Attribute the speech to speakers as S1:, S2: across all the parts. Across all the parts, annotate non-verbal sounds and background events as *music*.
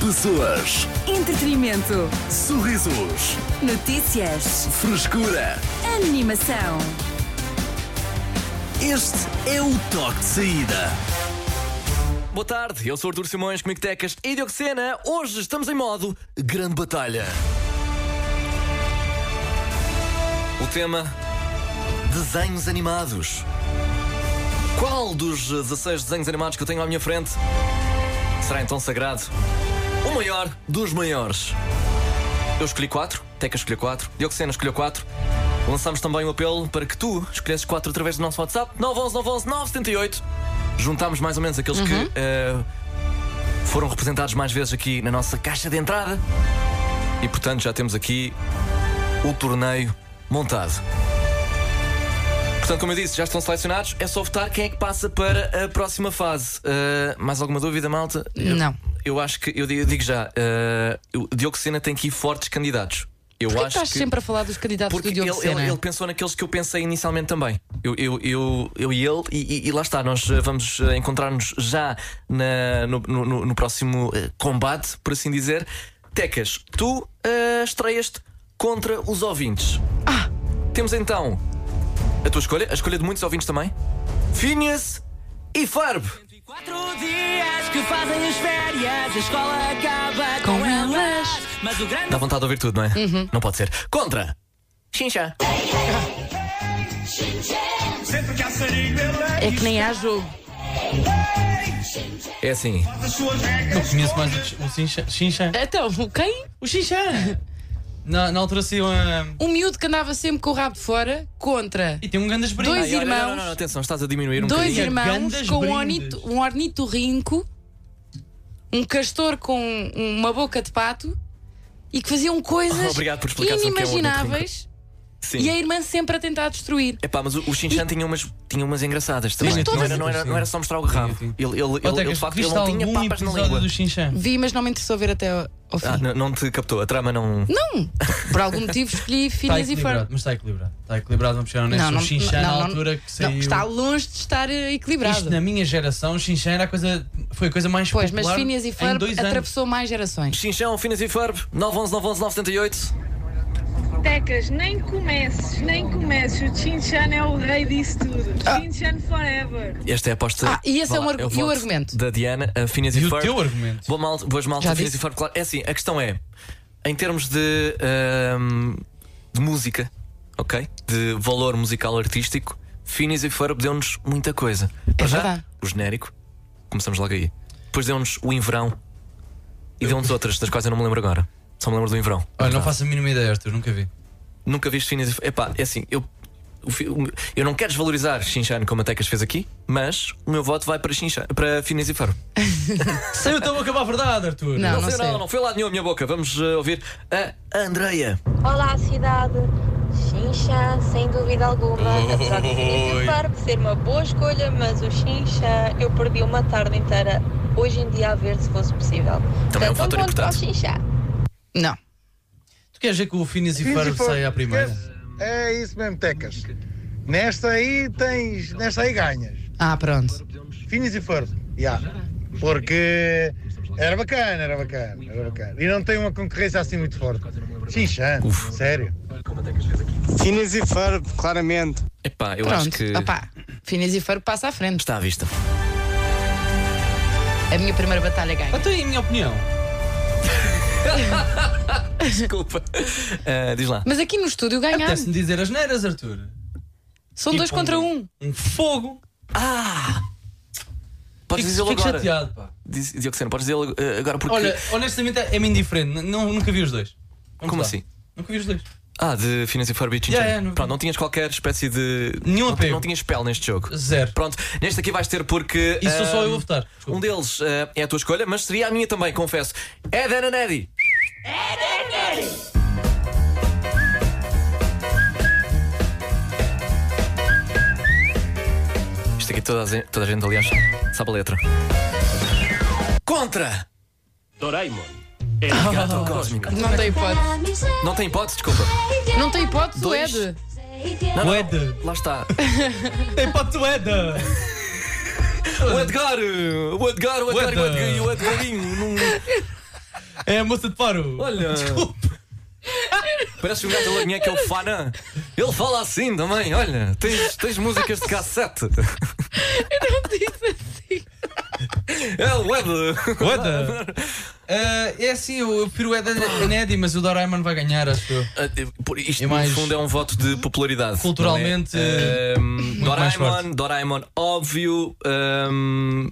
S1: Pessoas,
S2: Entretenimento.
S1: sorrisos,
S2: Notícias.
S1: frescura.
S2: Animação.
S1: Este é o toque de saída.
S3: Boa tarde, eu sou Artur Simões, comigo Tecas e Diogo Sena. Hoje estamos em modo
S1: Grande batalha.
S3: o tema desenhos animados. Qual dos eh, 16 desenhos animados que eu tenho à minha frente será então sagrado? O maior dos maiores. Eu escolhi 4, Tecas escolheu 4, Diogo Sena escolheu 4. Lançamos também o apelo para que tu escolhesses 4 através do nosso WhatsApp 911 911 978. Juntámos mais ou menos aqueles
S4: Uhum.
S3: que eh, foram representados mais vezes aqui na nossa caixa de entrada. E portanto já temos aqui o torneio montado. Portanto, como eu disse, já estão selecionados. É só votar quem é que passa para a próxima fase. Uh, mais alguma dúvida, malta? Eu-
S4: Não.
S3: Eu acho que, eu di- eu digo já, uh, o Diogo Sena tem aqui fortes candidatos. Eu
S4: Por que
S3: acho
S4: estás
S3: que.
S4: sempre a falar dos candidatos
S3: Porque
S4: do
S3: ele,
S4: Diogo
S3: ele-
S4: Sena?
S3: ele pensou naqueles que eu pensei inicialmente também. Eu, eu, eu, eu e ele, e, e- e lá está, nós eh, vamos eh, encontrar-nos já na- no, no- no- no próximo eh, combate, por assim dizer. Tecas, tu eh, estreias-te contra os ouvintes.
S4: Ah!
S3: Temos então a tua escolha, a escolha de muitos ouvintes também. Phineas e Farb.
S5: Quatro dias que fazem as férias, a escola acaba
S4: Com
S5: com,
S4: elas.
S5: elas. Mas o grande
S3: Dá vontade de ouvir tudo, não é?
S4: Uhum.
S3: Não pode ser. Contra Xincha.
S6: Sempre que há sarinho, ele
S4: É que nem há jogo.
S3: É assim.
S6: é as suas regras.
S7: Conheço mais o Xincha. Xincha.
S4: Então, quem?
S7: O Xincha! Na, na altura saiu a.
S4: Um miúdo que andava sempre com o rabo de fora contra
S7: E tem um grande brinco.
S4: Dois
S3: Ai, olha,
S4: irmãos.
S3: Não, não, não, atenção, estás a diminuir um
S4: dois
S3: bocadinho.
S4: irmãos
S7: grandes
S4: com um,
S7: brindes.
S4: ornito, um ornitorrinco, um castor com uma boca de pato e que faziam coisas
S3: Oh, Obrigado por explicares o que é um
S4: inimagináveis
S3: Sim.
S4: e a irmã sempre a tentar destruir.
S3: Epá, mas o, o Shin-Chan tinha umas, tinha umas engraçadas também. não,
S7: Mas todas-
S3: era, não, era, não era só mostrar o rabo. Ele,
S7: Tinha,
S3: ele, ele, ele, de facto, ele não tinha
S7: algum
S3: papas na
S7: episódio
S3: língua.
S7: do Xincha?
S4: Vi, mas não me interessou ver até ao, ao fim.
S3: Ah, não, não te captou, a trama não.
S4: Por algum motivo
S7: *laughs*
S4: escolhi
S7: Está
S4: filhas e
S7: Tá equilibrado,
S4: fora.
S7: mas está equilibrado. Está equilibrado, vamos chegar honesto. O Xincha na altura que saiu.
S4: não, está longe de estar eh, equilibrado.
S7: Isto na minha geração, o Xincha era a coisa, foi a coisa mais
S4: Pois, mas
S7: popular
S4: Phineas e
S7: em
S4: Ferb
S7: dois anos.
S4: atravessou mais gerações.
S3: Xinchão, Finas e Ferb, 911 911 978.
S8: Tecas, nem comeces, nem comeces. O Chinchan é o rei disso tudo.
S9: Ah.
S8: Chinchan forever.
S3: Esta é a aposta.
S4: Ah, e esse
S3: Vá
S4: é um
S3: lá,
S4: argu-
S3: eu
S4: e o
S3: voto
S4: argumento?
S3: Da Diana, a Finas e,
S7: E o
S3: Ferb.
S7: teu argumento?
S3: Boa mal, boas mal,
S4: Já
S3: Finas
S4: disse.
S3: e Ferb, claro. É assim, a questão é: em termos de. ahm, de música, ok? De valor musical artístico, Finis e Ferb deu-nos muita coisa. Para já,
S4: É verdade.
S3: o genérico, começamos logo aí. Depois deu-nos o Inverão e deu-nos outras, das quais eu não me lembro agora. Só me lembro do Inverão.
S7: Olha, não faço a mínima ideia, Arthur, nunca vi.
S3: Nunca viste Phineas e Ferb. Epá, é assim, eu, o fi- o- eu não quero desvalorizar Shinchan como a Tecas fez aqui, mas o meu voto vai para, Shinchan, para Phineas e Ferb.
S7: Saiu tão boca para a verdade, Arthur.
S4: Não.
S3: não,
S4: sei.
S3: não, não foi lá nenhum a minha boca. Vamos eh, ouvir a Andreia.
S10: Olá, cidade! Xincha, sem dúvida
S3: *laughs*
S10: alguma, é apesar de Phineas e Ferb ser uma boa escolha, mas o Xincha eu perdi uma tarde inteira hoje em dia a ver se fosse possível.
S3: Também é um
S10: Portanto,
S3: fator
S10: ponto para o
S3: importante.
S10: Xincha.
S4: Não.
S7: Tu queres ver que o Phineas e
S11: Phineas e
S7: Ferb
S11: Ferb,
S7: saia à primeira?
S11: esquece. É isso mesmo, Tecas. Nesta aí tens. Nesta aí ganhas.
S4: Ah, pronto.
S11: Finis e Ferb. Yeah. Porque era bacana, era bacana, era bacana. E não tem uma concorrência assim muito forte. Xinxan, sério.
S12: Finis e Ferb, claramente.
S3: Epá, eu acho
S4: Pronto.
S3: que
S4: Opá, Phineas e Ferb passa à frente.
S3: está à vista. *laughs*
S4: A minha primeira batalha ganha.
S7: Até em Então, minha opinião.
S3: Desculpa. Eh, diz lá.
S4: Mas aqui no estúdio ganhar.
S7: Apetece-me dizer as neiras, Arthur.
S4: São dois
S7: Tipo,
S4: contra um.
S7: Um fogo.
S3: Ah! Podes
S7: Fico,
S3: dizê-lo
S7: fico
S3: agora.
S7: chateado, pá.
S3: Diz, Diogo Sena, podes dizê-lo eh, agora porque.
S7: Olha, honestamente é-me indiferente. N- não- nunca vi os dois. Vamos
S3: Como
S7: lá.
S3: assim?
S7: Nunca vi os dois.
S3: Ah, de Phineas e Ferb e Shinchan.
S7: Yeah, yeah, não-
S3: Pronto, não tinhas qualquer espécie de.
S7: Nenhum
S3: não,
S7: apego.
S3: não tinhas pele neste jogo.
S7: Zero.
S3: Pronto, neste aqui vais ter porque.
S7: E sou só eu a
S3: ahm,
S7: votar.
S3: Um
S7: Desculpa.
S3: deles eh, é a tua escolha, mas seria a minha também, confesso. É Eden and Eddie. Isto aqui toda a, ze- toda a gente, aliás, sabe a letra. Contra!
S5: Doraemon.
S3: É Gato Cósmico.
S4: Não tem hipótese.
S3: Não tem hipótese, desculpa.
S4: Não tem hipótese, o
S3: Dois.
S4: Ed.
S3: Não, não,
S7: Ed.
S3: Lá
S7: *laughs*
S3: está.
S7: Tem para tu, Ed.
S3: O Edgar! eh, O Edgar, o Edgar, e o Edgar e o Edgarinho. num-
S7: É a moça de paro.
S3: Olha. Desculpe. Parece um gajo da Lagunha que é o Fana. Ele fala assim também, olha. Tens, tens músicas de cassete.
S4: Eu não assim. disse
S3: É o Ed.
S7: What the- Ah, é assim, eu eu prefiro o Ed Nedi, mas o Doraemon vai ganhar, acho eu.
S3: Ah, Por isto,
S7: É
S3: no
S7: mais-
S3: fundo, é um voto de popularidade.
S7: Culturalmente, eh,
S3: não é? Ahm,
S7: mais
S3: Doraemon,
S7: forte.
S3: Doraemon, óbvio. ahm,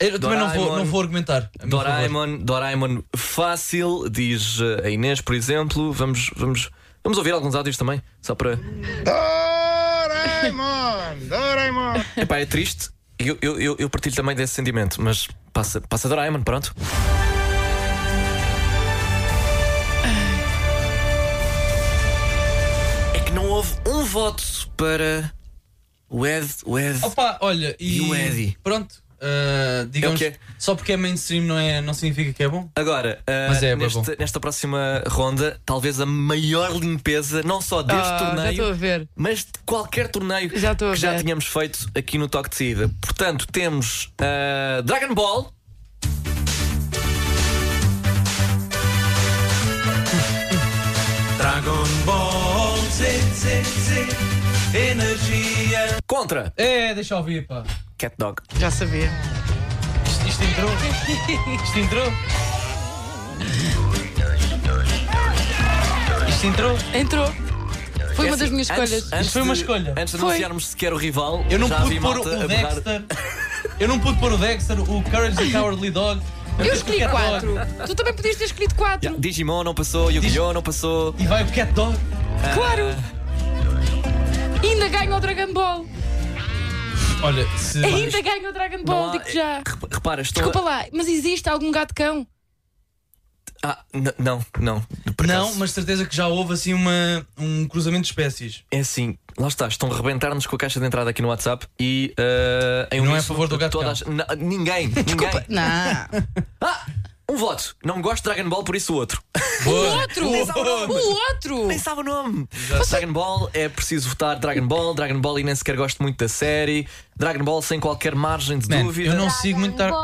S7: Eu também não vou,
S3: Doraemon.
S7: não vou argumentar. a meu favor.
S3: Doraemon, Doraemon fácil, diz eh, a Inês, por exemplo. Vamos, vamos, vamos ouvir alguns áudios também, só para.
S11: Doraemon! *laughs* Doraemon!
S3: Epá, é triste. Eu, eu, eu, eu partilho também desse sentimento, mas passa, passa Doraemon, pronto. É que não houve um voto para o Ed. O Ed.
S7: Opa, olha, e,
S3: E o Eddie?
S7: Pronto, ah, digamos,
S3: É o quê?
S7: só porque é mainstream não, é, não significa que é bom.
S3: Agora, ah,
S7: Mas é,
S3: neste-
S7: Babão.
S3: nesta próxima ronda, talvez a maior limpeza, não só deste
S4: Ah, já
S3: torneio,
S4: estou a ver.
S3: mas de qualquer torneio
S4: Já estou a
S3: que já
S4: ver.
S3: tínhamos feito aqui no Toque de Saída. Portanto, temos ah, Dragon Ball.
S5: Dragon Ball Z, Z, Z, energia.
S3: Contra
S7: É, deixa eu ouvir, pá.
S3: Cat Dog.
S4: Já sabia.
S7: Isto, isto entrou? *laughs* Isto entrou? Isto entrou?
S4: Entrou. Foi
S3: É
S4: uma das
S3: assim,
S4: minhas
S3: antes-
S4: escolhas.
S3: antes
S7: foi uma
S3: de-
S7: escolha.
S3: Antes de
S4: Foi.
S3: anunciarmos sequer o rival,
S7: Eu não
S3: já
S7: pude
S3: vi
S7: pôr
S3: malta
S7: o
S3: a berrar.
S7: Dexter. Eu não pude pôr o Dexter, o Courage the Cowardly Dog.
S4: Eu escolhi
S7: Cat Dog.
S4: quatro. Tu também podias ter escolhido quatro.
S3: Yeah, Digimon não passou, Yu-Gi-Oh! não passou.
S7: E vai o Cat Dog.
S4: Claro.
S7: Ah.
S4: Ainda ganha o Dragon Ball.
S7: Olha, se.
S4: Ainda ganha o Dragon
S3: Não
S4: Ball,
S3: há-
S4: digo já.
S3: Rep- Repara, estou.
S4: Desculpa lá, mas existe algum gato cão?
S3: Ah, n- não, não. por
S7: Não,
S3: acaso.
S7: mas certeza que já houve assim uma, um cruzamento de espécies.
S3: É assim, lá está, estão a rebentar-nos com a caixa de entrada aqui no WhatsApp e ah, em
S7: Não é a
S3: uníssono,
S7: favor do gato
S3: todas- Não,
S7: *laughs*
S3: Ninguém, ninguém.
S4: Não.
S3: Ah, um voto. Não gosto de Dragon Ball, por isso o outro. *laughs*
S4: O outro!
S3: Nem sabe o nome.
S4: O
S3: Nem
S4: outro!
S3: sabe o nome. Dragon Ball é preciso votar Dragon Ball, Dragon Ball e nem sequer gosto muito da série. Dragon Ball sem qualquer margem de
S7: Man,
S3: dúvida.
S7: eu não sigo muito Dark.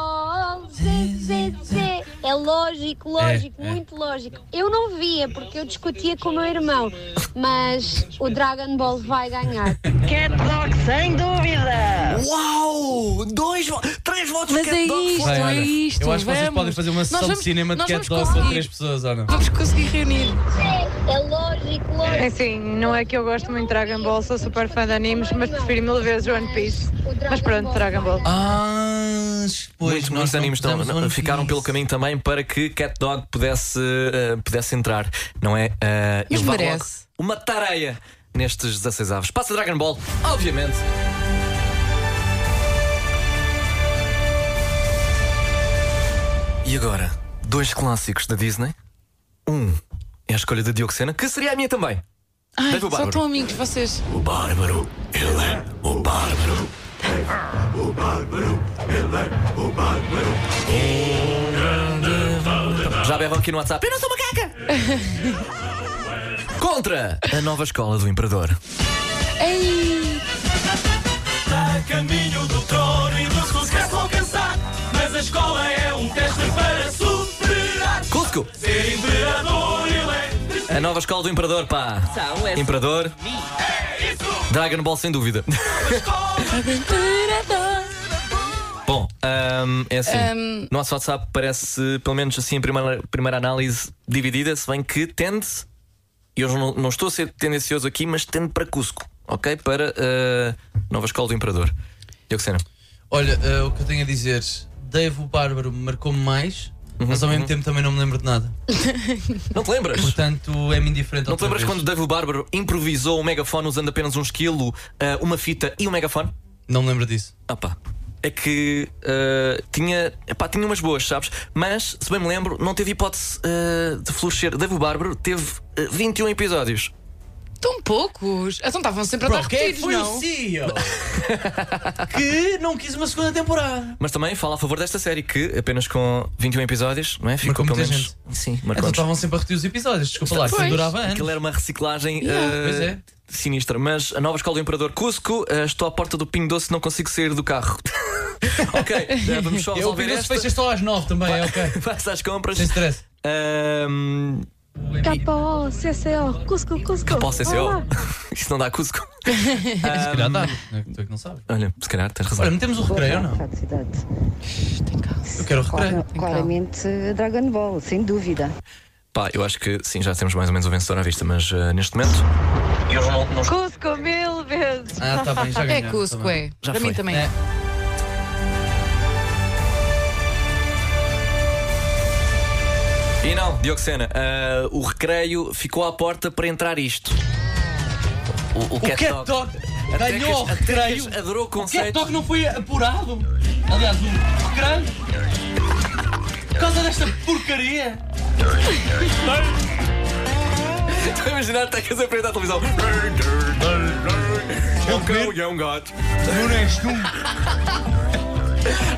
S10: É lógico, lógico,
S7: É, é.
S10: muito lógico. Eu não via porque eu discutia com o meu irmão, mas o Dragon Ball vai
S3: *laughs*
S10: ganhar.
S13: Cat Dog, sem dúvida.
S3: Uau! Dois, vo- três votos
S4: Mas
S3: Cat
S4: é
S3: Dog.
S4: isto,
S7: Vai,
S4: é
S7: olha,
S4: isto.
S7: eu acho que
S4: vamos.
S7: vocês podem fazer uma
S4: Nós
S7: sessão
S4: vamos-
S7: de cinema de
S4: nós vamos
S7: Cat Dog para
S4: conseguir.
S7: três pessoas, ou não?
S4: Vamos conseguir reunir.
S10: É lógico, lógico.
S13: É assim, não é que eu gosto muito de Dragon Ball, sou super fã de animes, mas prefiro mil vezes One Piece. Mas pronto, Dragon Ball.
S7: Ah,
S3: Pois,
S7: pois,
S3: muitos
S7: nós
S3: animes
S7: não
S3: estão-
S7: pusemos One
S3: ficaram um pelo
S7: Piece.
S3: caminho também para que Cat Dog pudesse, eh, pudesse entrar, não é? Eh,
S4: Mas
S3: ele vai
S4: merece.
S3: logo Uma tareia nestes 16 aves. Passa Dragon Ball, obviamente. E agora, dois clássicos da Disney. Um é a escolha da Dioxena, que seria a minha também.
S4: Ai,
S3: Deve o
S4: só
S3: Bárbaro.
S4: estão amigos vocês.
S1: O bárbaro, ele é o bárbaro. O bárbaro, ele é o bárbaro.
S3: Já bebam aqui no WhatsApp. Eu não sou
S1: *laughs*
S3: macaca! Contra a nova escola do Imperador.
S4: Ei!
S5: A caminho do trono e dos consegues alcançar. Mas a escola é um teste para superar.
S3: Cusco!
S5: Ser imperador, ele é.
S3: A nova escola do Imperador, pá. Imperador. Dragon Ball, sem dúvida. Bom, ahm, é assim.
S4: Ahm.
S3: Nosso WhatsApp parece, pelo menos assim, em primeira, primeira análise, dividida, se bem que tende. E hoje não, não estou a ser tendencioso aqui, mas tende para Cusco, ok? Para a nova escola do Imperador. Dioxena.
S7: Olha, eh, o que eu tenho a dizer, Dave o Bárbaro marcou-me mais,
S3: Uhum,
S7: mas ao mesmo tempo também não me lembro de nada.
S3: Não te lembras?
S7: Portanto, é-me indiferente
S3: Não te
S7: outra
S3: lembras
S7: vez.
S3: quando Dave o Bárbaro improvisou o megafone usando apenas um esquilo, ah, uma fita e um megafone?
S7: Não me lembro disso.
S3: Opa. É que ah, tinha, epá, tinha umas boas, sabes? Mas, se bem me lembro, não teve hipótese ah, de florescer. Dave o Bárbaro teve ah, 21 episódios.
S4: Tão poucos. Então estavam sempre a
S7: Bro,
S4: dar
S7: quem é que
S4: repetidos,
S7: foi o
S4: não?
S7: CEO *laughs* que não quis uma segunda temporada?
S3: Mas também fala a favor desta série que, apenas com 21 episódios, não é?
S7: Marcou
S3: pelo
S7: muita
S3: menos. Sim,
S7: Então
S3: marcou
S7: estavam sempre a repetir os episódios, desculpa lá, que
S4: Pois. é
S7: durava anos.
S3: Aquilo era uma reciclagem
S7: Yeah.
S3: ah,
S7: Pois é.
S3: sinistra. Mas a nova escola do Imperador Cusco, ah, estou à porta do Pingo Doce, não consigo sair do carro. *laughs* ok, ah, vamos só
S7: Eu
S3: resolver
S7: vi se *laughs*
S3: esta. *laughs*
S7: fechas só às nove também, é ok.
S3: Vais às compras.
S4: *laughs*
S7: Sem stress.
S3: Ahm,
S13: KO, CCO, Cusco, Cusco.
S3: Capó CCO. *laughs*
S13: Olá.
S3: Isto não dá Cusco.
S4: Um,
S7: Se calhar dá. Tu é que não sabes.
S3: Olha, se calhar tens razão.
S7: Olha, metemos o recreio ou não? Eu quero o recreio.
S9: Claramente Dragon Ball, sem dúvida.
S3: Pá, eu acho que sim, já temos mais ou menos o vencedor à vista, mas eh, neste momento. Eu não, não...
S13: Cusco mil vezes.
S3: Ah, tá bem, já
S4: *laughs* É
S3: ganharam,
S4: Cusco,
S3: tá bem.
S4: é.
S3: Já
S4: Para
S3: foi.
S4: mim também.
S3: É. E não, Dioxena, ah, o recreio ficou à porta para entrar isto. O,
S7: O Cat
S3: Dog.
S7: Dog
S3: Até
S7: ganhou ao
S3: que- até que
S7: recreio.
S3: Adorou o
S7: O Cat
S3: conceito.
S7: Dog não foi apurado. Aliás, o recreio. Por causa desta porcaria.
S3: Estou a imaginar até que a frente à *laughs* televisão. É um cão e é um gato.
S7: Não és tu.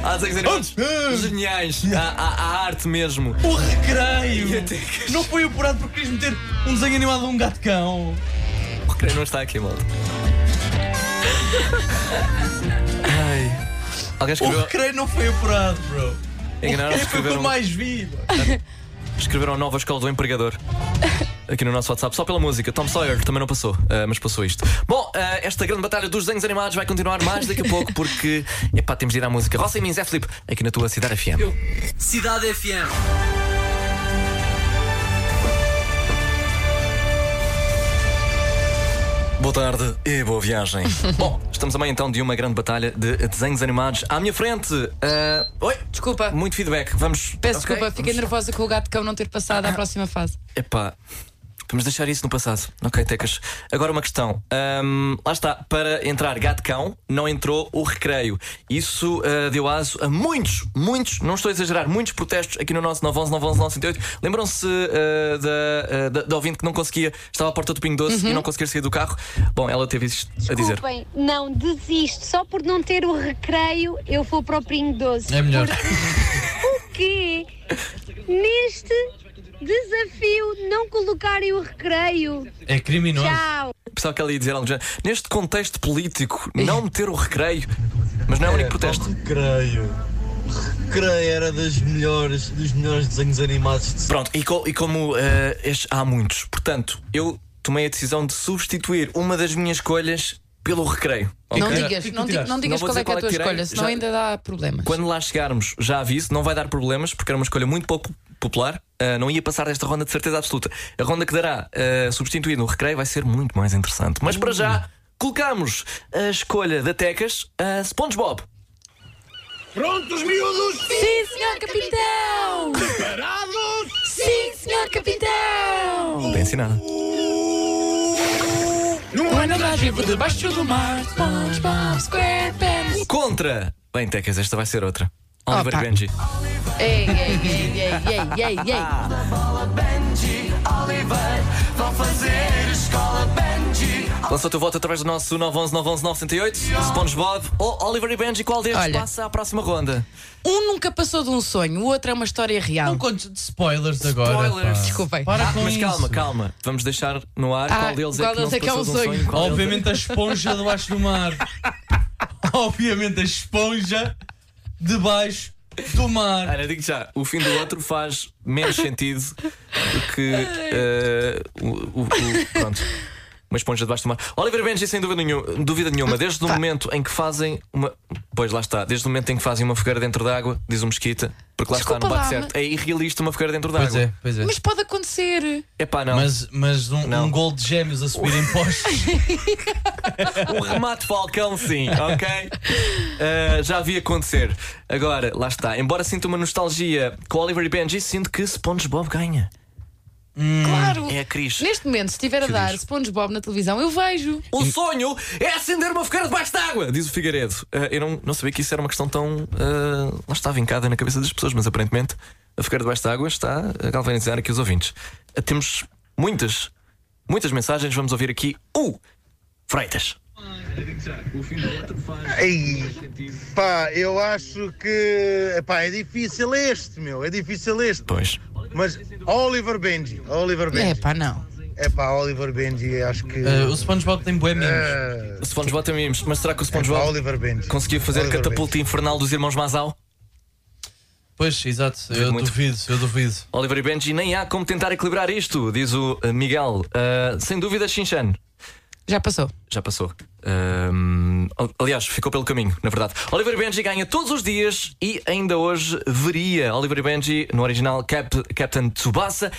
S3: Há desenhos animados
S7: Hum.
S3: geniais. Há, há- há arte mesmo.
S7: O recreio. Não foi apurado porque quis meter um desenho animado de um gato cão.
S3: O recreio não está aqui, *laughs* malta. Ai. Alguém
S7: O
S3: escreveu.
S7: recreio não foi apurado, bro.
S3: Enganaram-se,
S7: o recreio foi
S3: escreveram-
S7: o que eu
S3: um
S7: mais vi. bro.
S3: Escreveram a nova escola do
S4: *laughs*
S3: empregador. Aqui no nosso WhatsApp, só pela música. Tom Sawyer também não passou, ah, mas passou isto. Bom, ah, esta grande batalha dos desenhos animados vai continuar mais daqui a pouco, porque epá, temos de ir à música. Roça e Mins, é Filipe, aqui na tua Cidade FM.
S5: Cidade FM.
S3: Boa tarde e boa viagem. Bom, estamos a meio então de uma grande batalha de desenhos animados. À minha frente. ah, Oi!
S4: Desculpa.
S3: Muito feedback. Vamos.
S4: Peço
S3: Ok,
S4: desculpa, fiquei
S3: vamos-
S4: nervosa com o gato cão não ter passado à próxima fase.
S3: Epá, vamos deixar isso no passado. Ok, Tecas. Agora uma questão. Ahm, lá está, para entrar gato-cão, não entrou o recreio. Isso ah, deu aso a muitos, muitos, não estou a exagerar, muitos protestos aqui no nosso 911 911 908. Lembram-se ah, da, ah, da, da ouvinte que não conseguia, estava à porta do Pingo Doce e não conseguia sair do carro? Bom, ela teve isto a dizer.
S14: Desculpem, não, desisto. Só por não ter o recreio, eu vou para o Pingo Doce.
S3: É
S7: *laughs*
S3: melhor.
S14: Porquê? Neste desafio, não colocarem o recreio.
S7: É criminoso.
S14: Tchau.
S3: Pensava que ela ia dizer algo do género. Neste contexto político, não meter o recreio, mas não é o único protesto.
S15: Recreio. Recreio
S7: É
S15: era das melhores, dos melhores desenhos animados de
S3: Pronto, e, co- e como eh, este- há muitos, portanto, eu tomei a decisão de substituir uma das minhas escolhas pelo recreio.
S4: Não
S3: ok?
S4: digas, não, di- não digas
S3: vou
S4: qual
S3: dizer
S4: é que é a tua
S3: tirei,
S4: escolha, senão
S3: já-
S4: ainda dá problema.
S3: Quando lá chegarmos, já aviso, não vai dar problemas, porque era uma escolha muito pouco popular. eh, não ia passar desta ronda de certeza absoluta. A ronda que dará eh, substituída no recreio vai ser muito mais interessante. Mas para já, colocamos a escolha da Tecas a SpongeBob.
S5: Prontos, miúdos? Sim, senhor capitão! Preparados? Sim, senhor capitão!
S3: Bem ensinada.
S5: Num ano mais vivo debaixo do mar, SpongeBob SquarePants.
S3: Contra! Bem, Tecas, esta vai ser outra. Oliver
S5: Opa.
S3: Benji.
S4: Ei, ei, ei, ei, ei, ei, ei.
S5: Benji, Oliver, vão fazer escola Benji.
S3: Lança o teu voto através do nosso 911 911 908 SpongeBob ou Oliver e Benji, qual deles
S4: Olha.
S3: passa à próxima ronda?
S4: Um nunca passou de um sonho, o outro é uma história real. Não
S7: contes de spoilers agora.
S3: Spoilers.
S7: pá.
S4: Desculpem.
S7: Para
S3: Ah,
S7: com
S3: mas
S7: isso.
S3: calma, calma. Vamos deixar no ar
S7: Ah,
S3: qual deles é
S7: qual
S3: que não
S7: deles é
S3: se
S7: que é
S3: passou
S7: um
S3: de um
S7: sonho?
S3: sonho. qual deles é-
S7: Obviamente a esponja debaixo do *laughs* mar. Obviamente a esponja debaixo do mar.
S3: Ana, digo já, o fim do outro faz menos sentido do
S7: *laughs*
S3: que eh, o, o- o- Pronto. Uma esponja debaixo do mar. Oliver Benji, sem dúvida, nenhum- dúvida nenhuma, desde o
S7: Tá.
S3: momento em que fazem uma. Pois lá está, desde o momento em que fazem uma fogueira dentro d'água, diz o Mesquita, porque lá está,
S4: Desculpa
S3: não bate
S4: lá,
S3: certo. É irrealista uma fogueira dentro d'água.
S7: Pois é, pois é.
S4: Mas pode acontecer.
S3: Epá, não.
S7: Mas, mas um, um gol de gêmeos a subir em postos.
S3: O remate Falcão, sim, ok? Uh, já vi acontecer. Agora, lá está. Embora sinta uma nostalgia com Oliver e Benji, sinto que SpongeBob ganha.
S4: Claro.
S3: É a Cris.
S4: Neste momento, se estiver a
S3: Que
S4: dar SpongeBob na televisão, eu vejo.
S3: O sonho é acender uma fogueira debaixo d'água, diz o Figueiredo. Uh, eu não, não sabia que isso era uma questão tão. uh, lá está vincada na cabeça das pessoas, mas aparentemente a fogueira debaixo d'água está a galvanizar aqui os ouvintes. Uh, temos muitas, muitas mensagens. Vamos ouvir aqui o Freitas.
S11: Ei, pá, eu acho que epá, é difícil este, meu, é difícil este.
S3: Pois.
S11: Mas Oliver Benji, Oliver Benji. É
S4: pá, não.
S11: É pá, Oliver Benji, acho que. eh,
S7: Eh, o SpongeBob tem boé
S12: É.
S3: O SpongeBob tem mimos, mas será que o SpongeBob
S11: Oliver Benji.
S3: conseguiu fazer a
S11: Oliver
S3: catapulta infernal dos irmãos Mazal?
S7: Pois, exato. Eu duvido, eu duvido.
S3: Oliver e Benji, nem há como tentar equilibrar isto, diz o eh, Miguel. Ah, sem dúvida, Shinchan.
S4: Já passou.
S3: Já passou. Ahm, al- aliás, ficou pelo caminho, na verdade. Oliver e Benji ganha todos os dias e ainda hoje veria. Oliver e Benji, no original Cap- Captain Tsubasa.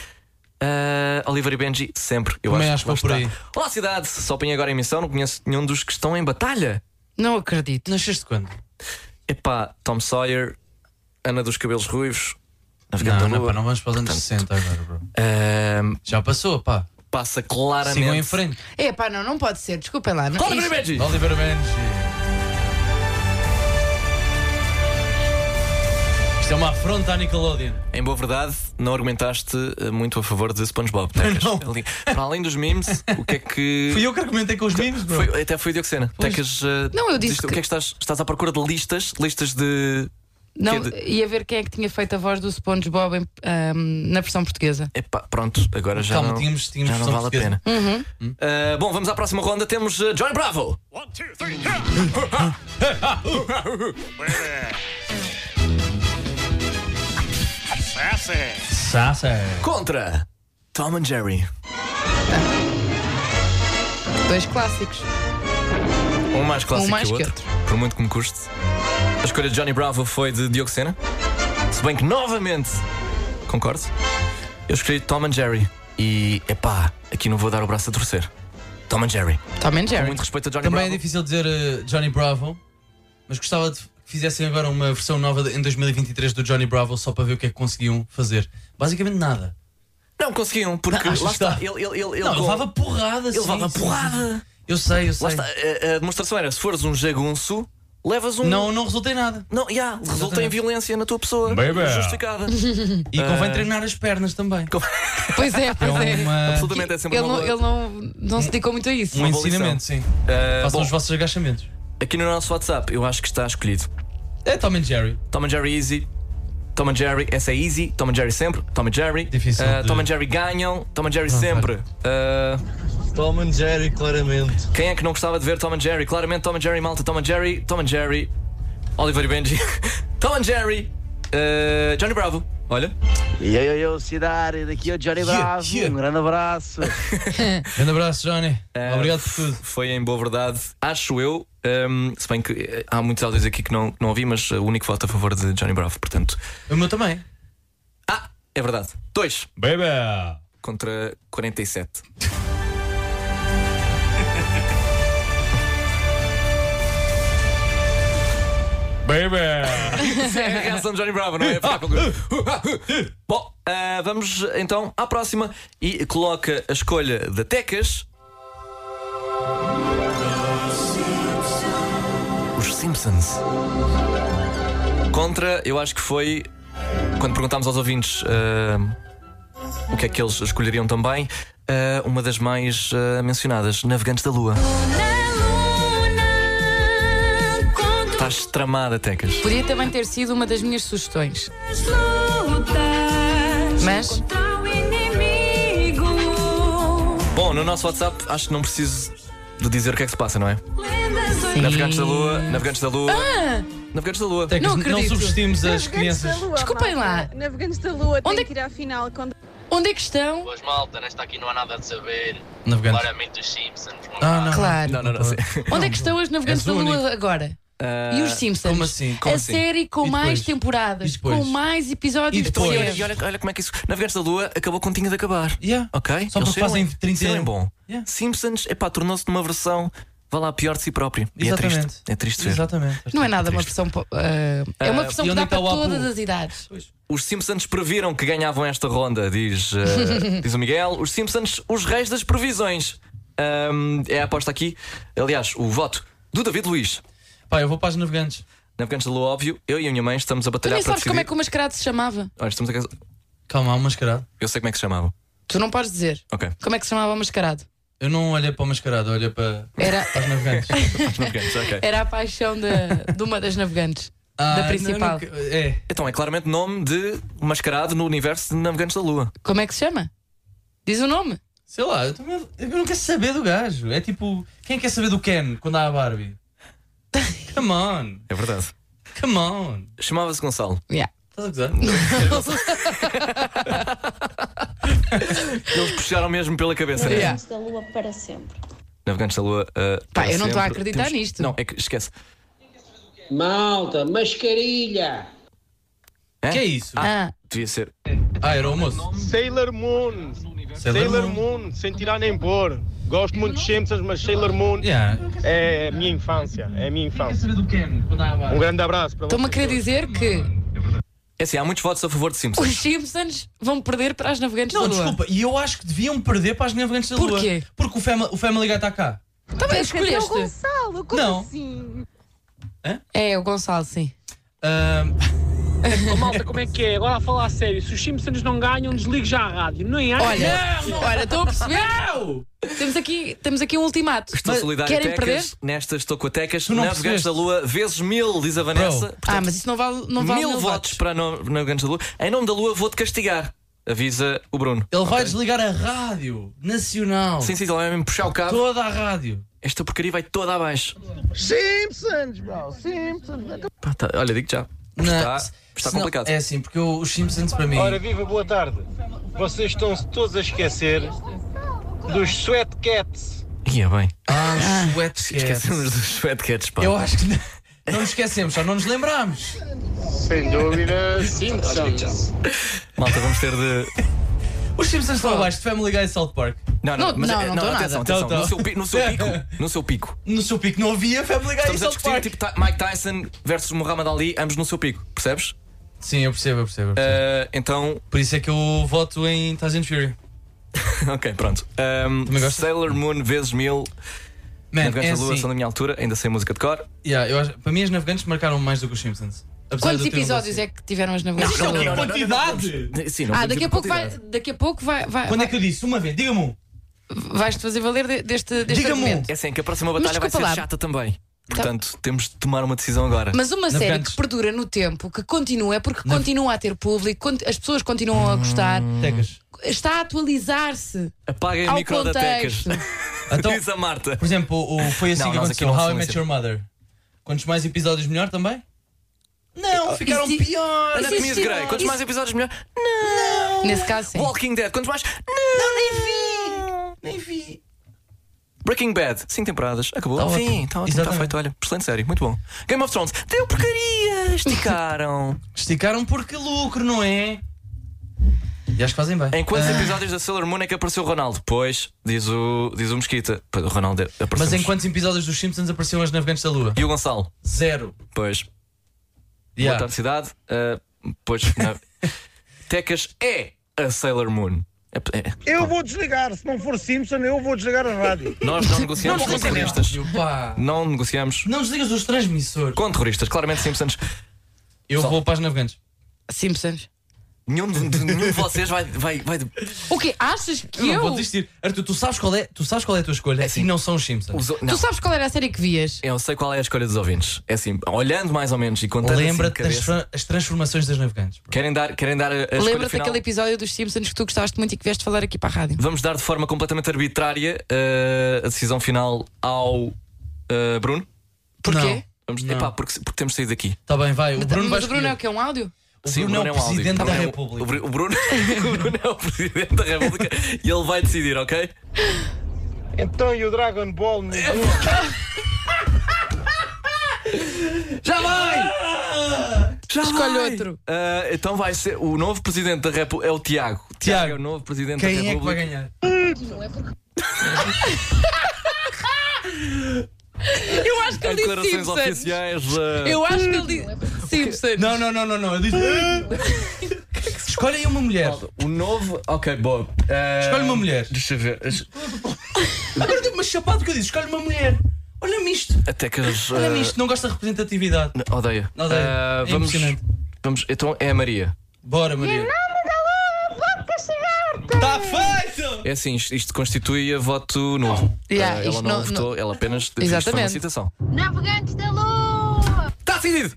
S3: Ah, Oliver e Benji, sempre. Eu
S7: Também
S3: acho,
S7: acho que vou
S3: lá
S7: por
S3: está. Olá, cidade. Só apanhei agora a emissão, não conheço nenhum dos que estão em batalha.
S4: Não acredito.
S7: Nasceste quando?
S3: Epá, Tom Sawyer, Ana dos Cabelos Ruivos,
S7: Não,
S3: Navegando da
S7: não, é
S3: Lua.
S7: pá, não vamos para os anos 60 agora, bro. Já passou, pá.
S3: Passa claramente.
S7: Sigam em frente.
S4: É pá, não, não pode ser. Desculpem lá. Não, é
S7: Oliver
S4: isto-
S7: Benji! Oliver Benji! Isto é uma afronta à Nickelodeon.
S3: Em boa verdade, não argumentaste eh, muito a favor de SpongeBob. Tecas.
S7: Não.
S3: Ali- Para além dos memes, o que é que.
S7: *laughs* Fui eu que argumentei com os memes, bro.
S3: Foi, até foi o Diogo Sena. Tecas. eh,
S4: Não, eu disse
S3: diz- O
S4: que-
S3: que é que estás, estás à procura de listas? Listas de.
S4: Não,
S3: que é de-
S4: ia ver quem é que tinha feito a voz do SpongeBob em- ahm, na versão portuguesa.
S3: Epá, pronto, agora já
S7: Calma,
S3: não,
S7: tínhamos- tínhamos
S3: já não
S7: versão
S3: vale a
S7: portuguesa.
S3: pena.
S4: Uhum.
S3: Eh, bom, vamos à próxima ronda. Temos eh, Johnny Bravo.
S7: Sassa.
S3: Contra Tom and Jerry.
S4: Dois clássicos.
S3: Um mais clássico
S4: Um mais
S3: que o
S4: que
S3: outro, Por muito que me custe. A escolha de Johnny Bravo foi de Diogo Sena. Se bem que novamente concordo. Eu escolhi Tom and Jerry. E epá, aqui não vou dar o braço a torcer. Tom and Jerry.
S4: Tom and
S3: Com
S4: Jerry.
S3: muito respeito a Johnny
S7: Também é
S3: Bravo.
S7: difícil dizer eh, Johnny Bravo, mas gostava de que fizessem agora uma versão nova de- em 2023 do Johnny Bravo só para ver o que é que conseguiam fazer. Basicamente nada.
S3: Não conseguiam, porque
S7: Não, achas
S3: lá
S7: que
S3: está.
S7: dá?
S3: Ele, ele, ele,
S7: Não, ele levava porrada,
S3: Ele
S7: sim,
S3: levava
S7: sim,
S3: porrada.
S7: Eu sei, eu
S3: Lá
S7: sei.
S3: está. A, a demonstração era: se fores um jagunço, levas um.
S7: Não, não resulta em nada.
S3: Não, já, resulta em violência na tua pessoa.
S7: Baby. *laughs*
S3: Justificada.
S7: E convém
S3: Ah.
S7: treinar as pernas também.
S4: Pois é, pois é.
S7: É uma-
S3: Absolutamente, é sempre
S4: Ele,
S3: uma
S4: não,
S3: boa-
S4: ele não, não se dedicou muito a isso.
S7: Um ensinamento, sim.
S3: Ah,
S7: Façam
S3: bom,
S7: os vossos agachamentos.
S3: Aqui no nosso WhatsApp, eu acho que está escolhido.
S7: É Tom and Jerry.
S3: Tom and Jerry Easy. Tom and Jerry, essa é easy. Tom and Jerry sempre. Tom and Jerry.
S7: Difícil
S3: Ah,
S7: de-
S3: Tom and Jerry ganham. Tom and Jerry sempre. Ah,
S15: Tom and Jerry, claramente.
S3: quem é que não gostava de ver Tom and Jerry? Claramente Tom and Jerry, malta. Tom and Jerry. Tom and Jerry. Oliver e Benji. *laughs* Tom and Jerry. Ah, Johnny Bravo. Olha.
S16: E aí, eu, cidade, daqui é o Johnny
S3: Yeah,
S16: Bravo.
S3: yeah.
S16: Um grande abraço.
S7: *laughs* Grande abraço, Johnny. Obrigado por tudo.
S3: Eh, Foi em boa verdade, acho eu. ahm, se bem que eh, há muitos áudios aqui que não, que não ouvi, mas eh, o único voto a favor de Johnny Bravo, portanto.
S7: O meu também.
S3: É verdade. 2.
S7: Baby!
S3: Contra 47.
S7: Baby!
S3: Isso é a reação de Johnny Bravo, não é? Ficar com-
S7: *laughs*
S3: Bom, ah, vamos então à próxima e coloca a escolha da Tecas. Os Simpsons. Contra, eu acho que foi quando perguntámos aos ouvintes ah, o que é que eles escolheriam também. ah, uma das mais ah, mencionadas, Navegantes da Lua. Estás tramada, Tecas.
S4: Podia também ter sido uma das minhas sugestões. Mas.
S3: Bom, no nosso WhatsApp acho que não preciso de dizer o que é que se passa, não é? Navegantes da Lua, Navegantes da Lua,
S4: Ah!
S3: Navegantes da Lua.
S7: Tecas, Não não acredito. subestimos as
S4: Desculpem lá.
S13: Navegantes da Lua,
S4: Onde é
S13: que ir à final quando.
S4: Onde é que estão?
S17: Pois malta, nesta aqui não há nada de saber.
S7: Navegante.
S17: Claramente os Simpsons. não
S7: Ah,
S17: há.
S7: não.
S4: Claro.
S3: Não, não, não. sim.
S4: Onde é que estão as navegantes
S7: És
S4: da
S7: único.
S4: Lua agora?
S3: Ah,
S4: E os Simpsons?
S3: Como assim? Como
S4: a
S3: assim?
S4: série com
S3: E depois?
S4: mais temporadas,
S3: E depois?
S4: com mais episódios
S3: E depois,
S4: de
S3: olha,
S4: séries.
S3: e olha, olha como é que isso. Navegantes da Lua acabou quando tinha de acabar.
S7: Yeah.
S3: Ok?
S7: Só porque
S3: Eles
S7: fazem
S3: serem-
S7: 30
S3: serem bom.
S7: Yeah.
S3: Simpsons, epá, tornou-se numa versão, vá lá, pior de si próprio. E é
S7: Exatamente.
S3: triste. É triste ver.
S7: Exatamente.
S4: Não é nada uma versão. po- ah, é uma
S3: Ah,
S4: versão
S3: e
S4: que
S3: onde
S4: dá
S3: é que está
S4: para
S3: o Apu?
S4: todas as idades.
S3: Os Simpsons previram que ganhavam esta ronda, diz,
S4: *laughs*
S3: eh, diz o Miguel. Os Simpsons, os reis das previsões. Ahm, é a aposta aqui. Aliás, o voto do David Luiz.
S7: Pá, eu vou para as navegantes.
S3: Navegantes da Lua, óbvio. Eu e a minha mãe estamos a
S4: Tu
S3: batalhar
S4: nem
S3: para
S4: sabes
S3: decidir.
S4: como é que o mascarado se chamava.
S3: Olha, estamos a...
S7: Calma, há um mascarado.
S3: Eu sei como é que se chamava.
S4: Tu não podes dizer.
S3: Ok.
S4: Como é que se chamava o mascarado?
S7: Eu não olhei para o mascarado, olhei para,
S4: Era-
S7: para as navegantes.
S3: Os navegantes,
S4: *laughs*
S3: ok.
S4: Era a paixão de, de uma das navegantes.
S7: Ah,
S4: da principal.
S7: não, não, é.
S3: Então é claramente nome de mascarado no universo de Navegantes da Lua.
S4: Como é que se chama? Diz o nome.
S7: Sei lá, eu, também, eu não quero saber do gajo. É tipo, quem quer saber do Ken quando há
S3: *laughs*
S7: a Barbie? Come on,
S3: É verdade.
S7: come on.
S3: Chamava-se Gonçalo.
S4: Yeah.
S7: Estás a gozar?
S3: é? Eles puxaram mesmo pela cabeça, né?
S4: Yeah.
S18: da lua para sempre.
S3: Navegantes da Lua. uh, para
S4: eu não estou a
S3: sempre.
S4: acreditar
S3: Temos-
S4: nisto.
S3: Não, é que esquece.
S19: Malta, mascarilha.
S3: Hã?
S7: Que é isso?
S3: Ah, devia ser.
S7: Ah, era o almoço.
S12: Sailor Moon.
S7: Sailor
S12: Sailor,
S7: Hum.
S12: Moon. sem tirar nem pôr. Gosto muito de Simpsons, mas Sailor Moon
S7: Yeah.
S12: é a minha infância. É a minha infância. Um grande abraço para
S4: Estão-me a
S12: vocês.
S4: querer dizer que
S3: É assim, há muitos votos a favor de Simpsons.
S4: os Simpsons vão perder para as navegantes
S7: Não,
S4: da Lua.
S7: desculpa, e eu acho que deviam perder para as navegantes da Lua.
S4: Porquê?
S7: Porque o Family, o family Guy está cá.
S4: Tá bem, escolheste.
S13: Gonçalo,
S7: como Não.
S13: assim?
S4: É, o Gonçalo, sim.
S7: Ahm,
S20: Ô, malta, como é que é? Agora a falar a sério, se os Simpsons não ganham, desligue já a rádio. Não é?
S4: Olha, olha, estou a perceber.
S7: Não!
S4: Temos aqui, temos aqui um ultimato.
S3: Estou
S4: Mas
S3: solidário
S4: Querem perder?
S3: tecas, nestas estou com a tecas,
S7: não
S3: navegantes
S7: percebeste.
S3: da Lua, vezes mil, diz a Vanessa.
S4: ah, mas isso não vale, não vale
S3: mil, votos para no- navegantes da Lua. Em nome da Lua, vou-te castigar, avisa o Bruno.
S7: Ele vai desligar a rádio nacional.
S3: Sim, sim, ele vai mesmo puxar o cabo.
S7: Toda a rádio.
S3: Esta porcaria vai toda abaixo.
S11: Simpsons, bro, Simpsons.
S3: Pá, tá- olha, digo já.
S7: Não,
S3: Está, está
S7: senão-
S3: complicado.
S7: É assim, porque eu- os Simpsons para mim.
S12: Ora, viva, boa tarde. Vocês estão-se todos a esquecer dos Sweatcats.
S3: Ia é bem. É.
S7: Ah, os Sweatcats.
S3: Esquecemos dos Sweatcats, pá.
S7: Eu acho que *laughs* não, não nos esquecemos, só não nos lembramos.
S12: Sem dúvida, Simpsons.
S3: Malta, vamos ter de.
S7: Os Simpsons estão abaixo de Family Guy e South Park.
S3: Não, não,
S7: Não,
S3: mas,
S7: não,
S3: é-
S7: não
S3: não
S7: tô
S3: atenção,
S7: nada.
S3: atenção.
S7: Tô, tô.
S3: No, seu, pi- no seu *laughs* pico, no seu pico.
S7: No seu pico não havia Family Guy e
S3: Estamos a
S7: South
S3: discutir
S7: Park.
S3: tipo ta- Mike Tyson versus Muhammad Ali, ambos no seu pico, percebes?
S7: Sim, eu percebo, eu percebo.
S3: então.
S7: Por isso é que eu voto em Tyson Fury.
S3: *laughs* ok, pronto. Ahm, Sailor Moon vezes mil.
S7: Man,
S3: Navegantes
S7: é
S3: da Lua
S7: assim.
S3: são da minha altura, ainda sem música de cor.
S7: Yeah, eu acho- para mim, as navegantes marcaram mais do que os Simpsons. Apesar
S4: Quantos
S7: de eu ter um
S4: episódios
S7: gosto-
S4: é que tiveram as navegantes
S7: Não,
S4: da
S7: não,
S4: Lua?
S7: não, não, não, não, não, não. Sim, não
S4: ah,
S7: podemos
S4: daqui
S7: ir
S4: a pouco vai,
S7: quantidade.
S4: daqui a pouco vai, vai,
S7: Quando é que eu disse? Uma vez, diga-me um.
S4: vais-te fazer valer de- deste, deste argumento.
S3: É assim, que a próxima
S4: Mas
S3: batalha vai ser
S4: desculpa lá. Tá.
S3: chata também. Portanto, temos de tomar uma decisão agora.
S4: Mas uma série
S3: Navegantes.
S4: que perdura no tempo, que continua, é porque continua a ter público, cont- as pessoas continuam a gostar,
S7: um. Tecas.
S4: está a atualizar-se.
S7: É
S3: Apaguem o
S4: Ao
S3: micro da Tecas.
S4: um contexto.
S3: *laughs*
S4: Então-
S3: Diz a Marta.
S7: Então, Por exemplo, o, o- foi assim
S3: Não,
S7: que
S3: nós aqui
S7: aconteceu.
S3: não
S7: How I
S3: somos
S7: Met
S3: assim.
S7: Your Mother. Quantos mais episódios, melhor também? Não, ficaram
S4: Isso- é-
S7: piores.
S4: isso
S3: Anatomia de
S4: existe-
S3: Grey, quantos
S4: isso-
S3: mais episódios melhor?
S4: Nesse caso, sim.
S3: Walking Dead, quantos mais?
S7: Não, nem vi! Nem vi!
S3: Breaking Bad, 5 temporadas, acabou.
S7: Tá ótimo.
S3: Sim, está ótimo, está
S7: Exatamente.
S3: feito, olha. Excelente série, muito bom. Game of Thrones, deu
S4: *laughs*
S3: porcaria! Esticaram.
S7: Esticaram porque lucro, não é? E acho que fazem bem.
S3: Em quantos episódios da Sailor Moon é que apareceu o Ronaldo? Pois, diz o, diz o Mesquita. Pois, o Ronaldo apareceu.
S7: Mas em quantos episódios dos Simpsons apareceram as navegantes da Lua?
S3: E o Gonçalo?
S7: Zero.
S3: Pois.
S7: Yeah.
S3: Boa tarde, cidade. Ah, pois. *laughs* na- Tecas é a Sailor Moon. É, é-
S11: Eu vou desligar, se não for Simpson, eu vou desligar a rádio.
S3: Nós *laughs* não negociamos com terroristas.
S7: Pá.
S3: Não negociamos
S7: Não desligas os transmissores.
S3: com terroristas. Claramente Simpsons.
S7: Eu vou para as navegantes.
S4: Simpsons.
S3: Nenhum de, de- nenhum de vocês vai. vai, vai
S4: O quê? Achas que
S7: Eu
S4: eu?
S7: não vou desistir. Arthur, tu sabes qual é, tu sabes qual é a tua escolha e não são os Simpsons.
S3: Os o- não.
S4: Tu sabes qual era a série que vias?
S3: Eu sei qual é a escolha dos ouvintes. É assim, olhando mais ou menos e contando
S7: Lembra-te
S3: assim
S7: das
S3: de cabeça,
S7: fra- as transformações das navegantes.
S3: querem dar, querem dar a, a escolha
S4: Lembra-te
S3: final?
S4: daquele episódio dos Simpsons que tu gostaste muito e que vieste falar aqui para a rádio?
S3: Vamos dar de forma completamente arbitrária eh, a decisão final ao eh, Bruno.
S4: Porquê? Não.
S3: Vamos,
S7: Não.
S3: epá, porque, porque temos de sair daqui.
S7: Está Tá bem, vai. O
S4: Mas
S7: Bruno vai
S4: o Bruno é o que? É um áudio?
S7: O Bruno é o
S3: áudio.
S7: presidente
S3: Tá
S7: da
S3: bem, o-
S7: República.
S3: O, Bru- o Bruno, *laughs* o Bruno é o presidente da República e ele vai decidir, ok?
S12: Então e o Dragon Ball? meu Deus?
S7: Já vai!
S3: Já
S4: Escolhe
S3: vai!
S4: outro.
S3: Ah, então vai ser o novo presidente da República. É o Tiago. O Tiago é o novo presidente da
S7: Quem é que vai
S3: República.
S7: ganhar?
S4: Eu acho que ele disse
S3: Declarações
S4: Simpsons.
S3: oficiais. eh,
S4: Eu acho que ele disse Simpsons.
S7: Não, não, não, não, não.
S3: *laughs*
S7: Eu disse. Escolhe aí uma mulher.
S3: O novo. Ok, boa. Eh,
S7: Escolhe uma mulher.
S3: Deixa eu ver. As-
S7: Agora deu uma chapada que eu disse. Escolhe uma mulher. Olha-me isto.
S3: Até que as. eh,
S7: Olha-me isto. Não gosta de representatividade.
S3: n- Odeia.
S7: Odeia.
S3: Eh,
S7: É
S3: vamos,
S7: impressionante.
S3: vamos. Então é a Maria.
S7: Bora, Maria. Está feito!
S3: É assim, isto, isto constitui a voto nulo.
S14: Yeah,
S3: Eh, ela
S14: isto
S3: não,
S14: não-
S3: votou,
S14: não-
S3: ela apenas isto foi uma
S14: Exatamente.
S3: citação.
S14: Navegantes da Lua!
S3: Está decidido!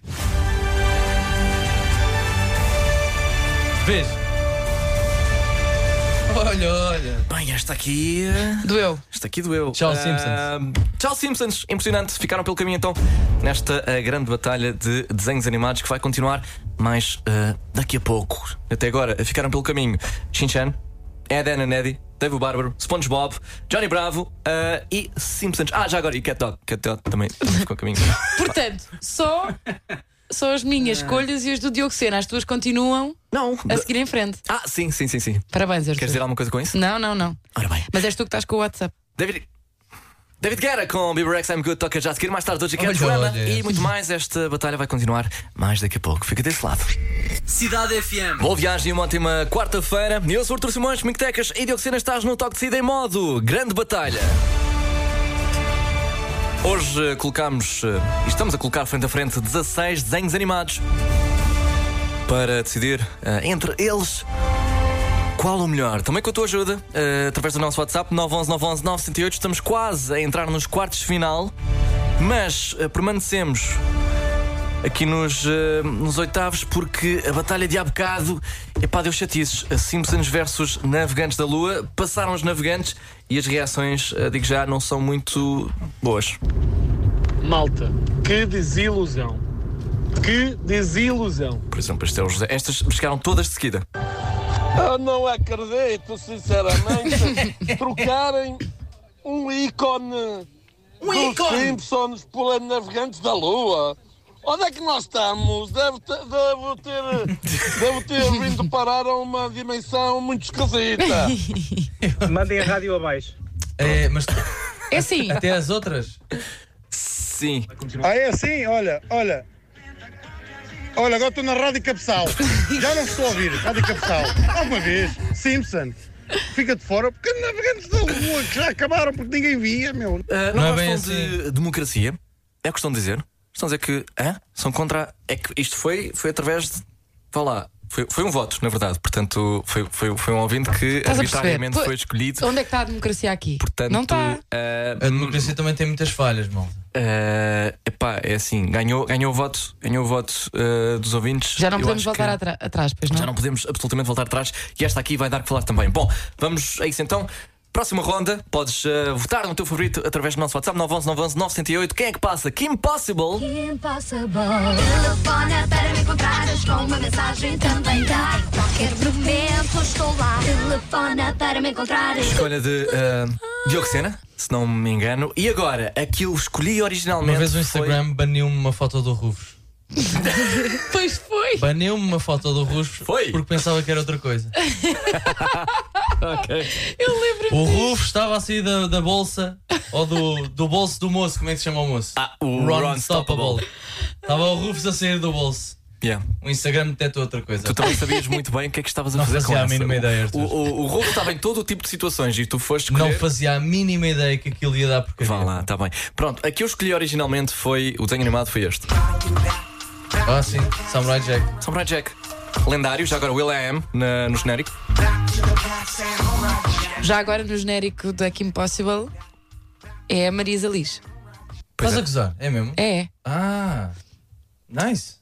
S7: Vês? Olha, olha.
S3: Bem, esta aqui.
S4: Doeu.
S3: Esta aqui doeu.
S7: Tchau,
S3: Ah,
S7: Simpsons.
S3: Tchau, Simpsons. Impressionante. Ficaram pelo caminho então nesta ah, grande batalha de desenhos animados que vai continuar mais ah, daqui a pouco. Até agora, ficaram pelo caminho Shin-Chan, Ed, Ed and Eddie, Dave o Bárbaro, SpongeBob, Johnny Bravo ah, e Simpsons. Ah, já agora, e Cat Dog. Cat Dog também ficou a caminho.
S4: Portanto, só são as minhas escolhas e as do Diogo Sena. As tuas continuam a seguir em frente.
S3: Ah, sim, sim, sim, sim.
S4: Parabéns, Arthur.
S3: Queres dizer alguma coisa com isso?
S4: Não, não, não. Mas és tu que estás com o WhatsApp.
S3: David. David Guerra com Bieber X, I'm Good, toca já a seguir. Mais tarde, hoje aqui a
S7: Olha,
S3: Joana
S7: olha.
S3: e muito mais. Esta batalha vai continuar mais daqui a pouco. Fica desse lado.
S5: Cidade FM.
S3: Boa viagem e uma ótima quarta-feira. Eu sou o Artur Simões, Mictecas e Dioxina. Estás no Toque de Cida em modo grande batalha. Hoje eh, colocamos, eh, e estamos a colocar frente a frente 16 desenhos animados para decidir eh, entre eles qual o melhor. Também com a tua ajuda, eh, através do nosso WhatsApp 911 911 908, estamos quase a entrar nos quartos de final, mas eh, permanecemos aqui nos, eh, nos oitavos porque a batalha de há bocado epá, deu chatices. A Simpsons versus Navegantes da Lua. Passaram os navegantes e as reações, eh, digo já, não são muito boas.
S20: Malta, que desilusão. Que desilusão.
S3: Por exemplo, este é o José. Estas chegaram todas de seguida.
S12: Eu não acredito, sinceramente,
S5: *laughs*
S12: trocarem um ícone
S5: Um
S12: dos
S5: ícone?
S12: Simpsons por navegantes da Lua. Onde é que nós estamos? Devo ter, devo ter, devo ter vindo parar a uma dimensão muito esquisita.
S16: Mandem a rádio abaixo.
S7: É, mas
S4: É assim.
S7: até as outras.
S3: Sim.
S11: Ah, é assim? Olha, olha. Olha, agora estou na Rádio Capsal. Já não estou a ouvir. Rádio Capsal. Alguma vez, Simpson. Fica de fora porque navegantes da lua que já acabaram porque ninguém via, meu.
S3: Ah,
S4: é
S3: não, gostam
S4: assim.
S3: de democracia? É o que estão a dizer. Estão a dizer que hã? são contra. É que isto foi, foi através de. Vá lá. Foi, foi um voto, na verdade. Portanto, foi, foi, foi um ouvinte que
S4: Estás a perceber?
S3: arbitrariamente
S4: Pô,
S3: foi escolhido.
S4: Onde é que está a democracia aqui?
S3: Portanto, ah,
S4: não tá. está.
S7: A democracia também tem muitas falhas, mal.
S3: Eh, epá, é assim, ganhou, ganhou o voto, ganhou o voto eh, dos ouvintes.
S4: Já não
S3: Eu
S4: podemos
S3: acho
S4: voltar
S3: que
S4: atra- atrás, pois não?
S3: Já não podemos absolutamente voltar atrás e esta aqui vai dar que falar também. Bom, vamos a isso então. Próxima ronda, podes eh, votar no teu favorito através do nosso WhatsApp 911 911 908. Quem é que passa? Kim Possible?
S18: Telefona para me encontrares com uma mensagem também dá. Qualquer momento estou lá. Telefona para me encontrares.
S3: Escolha de eh, Diogo Sena, se não me engano. E agora, a que eu escolhi originalmente.
S7: Uma vez o Instagram baniu-me uma foto do Rufus.
S4: pois foi.
S7: Baniu-me uma foto do Rufus porque pensava que era outra coisa.
S4: Eu lembro-me.
S7: O Rufus estava a sair da, da bolsa ou do, do bolso do moço. Como é que se chama o moço? Ah,
S3: o Ron Stoppable.
S7: Estava o Rufus a sair do bolso.
S3: Yeah.
S7: O Instagram detectou outra coisa.
S3: Tu também sabias muito bem o que é que estavas a
S7: Não
S3: fazer
S7: fazia
S3: com
S7: a
S3: essa.
S7: mínima ideia,
S3: O,
S7: Arthur.
S3: o, o Rolo estava em todo o tipo de situações e tu foste escolher.
S7: Não fazia a mínima ideia que aquilo ia dar porque
S3: Vá lá, tá bem. Pronto, a que eu escolhi originalmente foi. O desenho animado foi este.
S7: Ah, sim, Samurai Jack.
S3: Samurai Jack. Lendário, já agora Will I Am na- no genérico.
S4: Já agora no genérico da Kim Possible é a Marisa Liz.
S7: Estás a gozar, é mesmo?
S4: É.
S7: Ah, nice.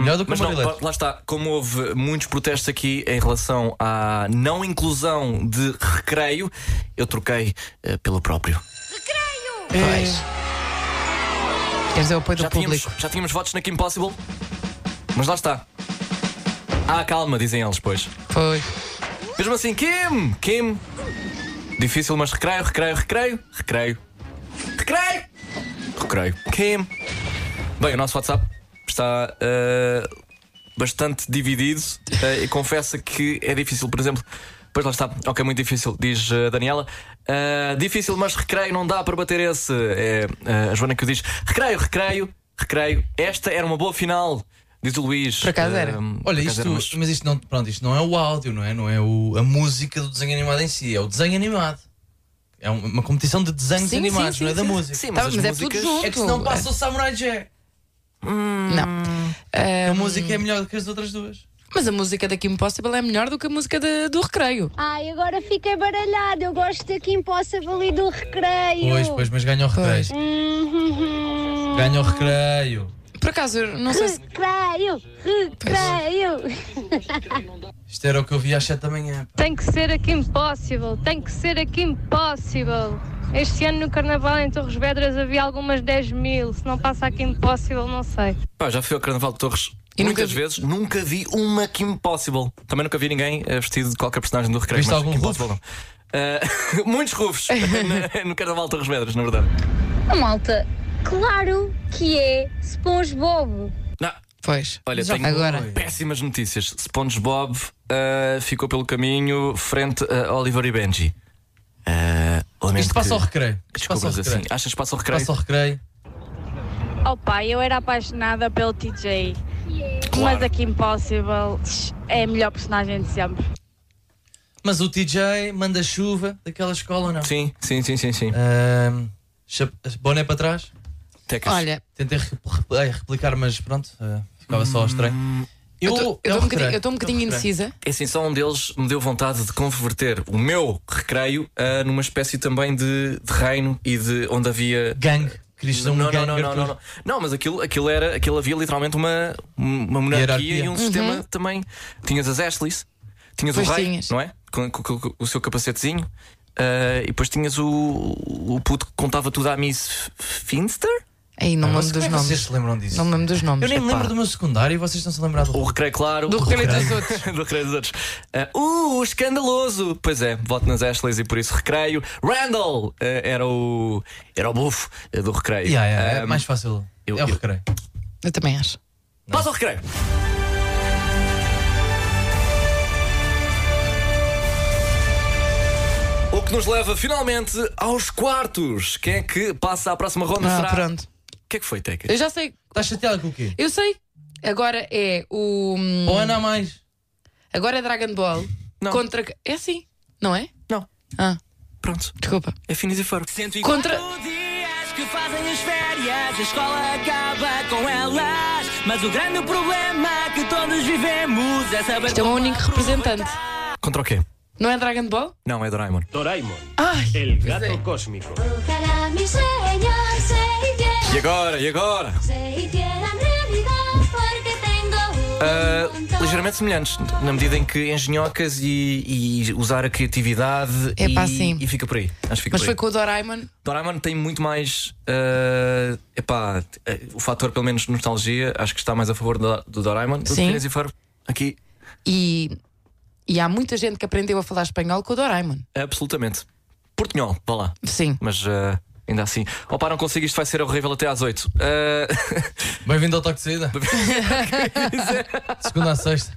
S3: Melhor
S7: do que
S3: Mas
S7: o
S3: não,
S7: Marilete.
S3: lá, lá está, como houve muitos protestos aqui em relação à não inclusão de recreio, eu troquei eh, pelo próprio.
S4: Pois. Queres o apoio
S3: já tínhamos, Já tínhamos votos na Kim Possible, mas lá está. Ah, calma, dizem eles, pois.
S4: Foi.
S3: Mesmo assim, Kim! Kim! Difícil, mas recreio, recreio, recreio, recreio. Recreio! Recreio. Kim! Bem, o nosso WhatsApp está eh, bastante dividido eh, e confessa que é difícil, por exemplo. Pois lá está, ok, muito difícil, diz eh, Daniela. Eh, difícil, mas recreio, não dá para bater esse. É eh, a Joana que o diz: recreio, recreio, recreio. Esta era uma boa final, diz o Luís.
S7: Por acaso
S3: Eh,
S7: era. Olha,
S3: por acaso
S7: isto,
S3: era, mas-
S7: mas... isto, não, pronto, isto não é o áudio, não é? Não é o- a música do desenho animado em si, é o desenho animado. É um- uma competição de desenhos
S4: Sim, sim,
S7: animados,
S4: sim,
S7: não é da
S4: sim, sim.
S7: música.
S4: Sim, mas Tá, as mas é tudo músicas- junto.
S7: É que se não passa o Samurai Jack.
S4: Não.
S7: A música é melhor do que as outras duas.
S4: Mas a música da Kim Possible é melhor do que a música de- do Recreio.
S14: Ai, agora fiquei baralhada. Eu gosto da Kim Possible e do recreio.
S7: Pois, pois, mas ganha o recreio.
S14: Uhum.
S7: Ganha o recreio.
S4: Por acaso, eu não sei se.
S14: Recreio, recreio.
S7: Isto era o que eu vi às 7 da manhã.
S21: Tem que ser aqui impossível, tem que ser aqui impossível. Este ano no Carnaval em Torres Vedras havia algumas 10 mil, se não passa aqui impossível, não sei.
S3: Pá, já fui ao Carnaval de Torres muitas vezes, nunca vi uma Kim Possible. Também nunca vi ninguém eh, vestido de qualquer personagem do recreio.
S7: Viste
S3: mas
S7: algum
S3: Kim
S7: rufo?
S3: Possible não. Eh, *laughs* muitos
S7: *laughs*
S3: rufos na- no Carnaval de Torres Vedras, na verdade.
S22: Oh, malta, claro que é SpongeBob.
S3: Não.
S4: Pois.
S3: Olha,
S22: Já-
S3: tenho
S22: agora.
S3: péssimas notícias. SpongeBob eh, ficou pelo caminho frente a Oliver e Benji. Eh, lamento
S7: Isto passa
S3: que-
S7: ao recreio.
S3: Que
S7: Isto passa ao
S3: descubras assim.
S7: recreio.
S3: Achas que passa ao recreio?
S7: Passa ao recreio.
S23: Oh pai, eu era apaixonada pelo TJ.
S7: Claro.
S23: Mas aqui Impossible é a melhor personagem de sempre.
S7: Mas o TJ manda chuva daquela escola, ou não?
S3: Sim, sim, sim, sim. sim.
S7: boné para trás?
S3: Tecas.
S4: Olha.
S7: Tentei rep- rep- eh, replicar, mas pronto, eh, ficava só estranho.
S3: Hum,
S7: é
S4: Eu tô- eu tô um bocadinho-
S3: recreio.
S4: eu tô um bocadinho
S3: Eu recreio.
S4: indecisa.
S3: É assim, só um deles me deu vontade de converter o meu recreio ah, numa espécie também de, de reino e de onde havia.
S7: Gangue. Querias
S3: Não,
S7: um
S3: não,
S7: gangue,
S3: não, não, não,
S7: Arthur?
S3: não. Não, mas aquilo, aquilo era. Aquilo havia literalmente uma, uma monarquia
S7: Hierarquia.
S3: e um
S7: Uhum.
S3: sistema também. Tinhas as Ashleys, tinhas
S7: Pois
S3: o rei,
S7: tinhas.
S3: não é? Com, com- com- com o seu capacetezinho. ah, e depois tinhas o, o puto que contava tudo à Miss Finster?
S4: Aí não me
S3: Mas como
S4: lembro dos
S3: é que
S4: nomes.
S3: vocês se lembram disso?
S4: Não me lembro dos nomes.
S3: Eu nem me
S4: Epá.
S3: lembro do
S7: meu secundário e vocês não se lembraram
S3: O recreio, claro.
S4: Do recreio dos
S3: outros. *laughs* do recreio dos outros. Ah, uh, escandaloso! Pois é, voto nas Ashleys e por isso recreio. Randall! ah, era o. Era o bufo ah, do recreio.
S7: Yeah, yeah, é
S3: Ah,
S7: mais fácil.
S3: eu-
S7: é o
S3: eu-
S7: recreio.
S4: Eu também acho.
S3: Passa ao recreio! O que nos leva finalmente aos quartos. Quem é que passa à próxima ronda?
S4: Ah,
S3: Será?
S4: pronto.
S3: O que é que foi, Teca?
S4: Eu já sei.
S7: Estás chateada Tá com o quê?
S4: Eu sei. Agora é o.
S7: Ou anda mais.
S4: Agora é Dragon Ball. Contra. É assim, não é?
S3: Não.
S4: Ah.
S3: Pronto.
S4: Desculpa.
S3: É finis e faro.
S4: Contra.
S24: dias que fazem as férias, a escola acaba com elas. Mas o grande problema que todos vivemos é saber.
S4: Isto é o único representante.
S3: Contra o quê?
S4: Não é Dragon Ball?
S3: Não, é Doraemon.
S24: Doraemon.
S4: Ai!
S24: El gato cósmico.
S18: Para mi señor se
S3: E agora? E agora?
S18: se hiciera realidad porque tengo un
S3: Ah, ligeiramente semelhantes, na medida em que engenhocas e, e usar a criatividade
S4: É pá,
S3: e,
S4: sim.
S3: e fica por aí. Acho que fica
S4: Mas
S3: por
S4: foi
S3: aí.
S4: com o Doraemon.
S3: Doraemon tem muito mais. ah, epá, eh, o fator, pelo menos, nostalgia, acho que está mais a favor do, do Doraemon do que
S4: Sim.
S3: Phineas e Ferb. Aqui,
S4: E. E há muita gente que aprendeu a falar espanhol com o Doraemon.
S3: absolutamente. Portunhol, vá lá.
S4: Sim.
S3: Mas ah, ainda assim. Opa, não consigo, isto vai ser horrível até às Ah, 8. *laughs*
S7: Bem-vindo ao toque de saída. Segunda à sexta.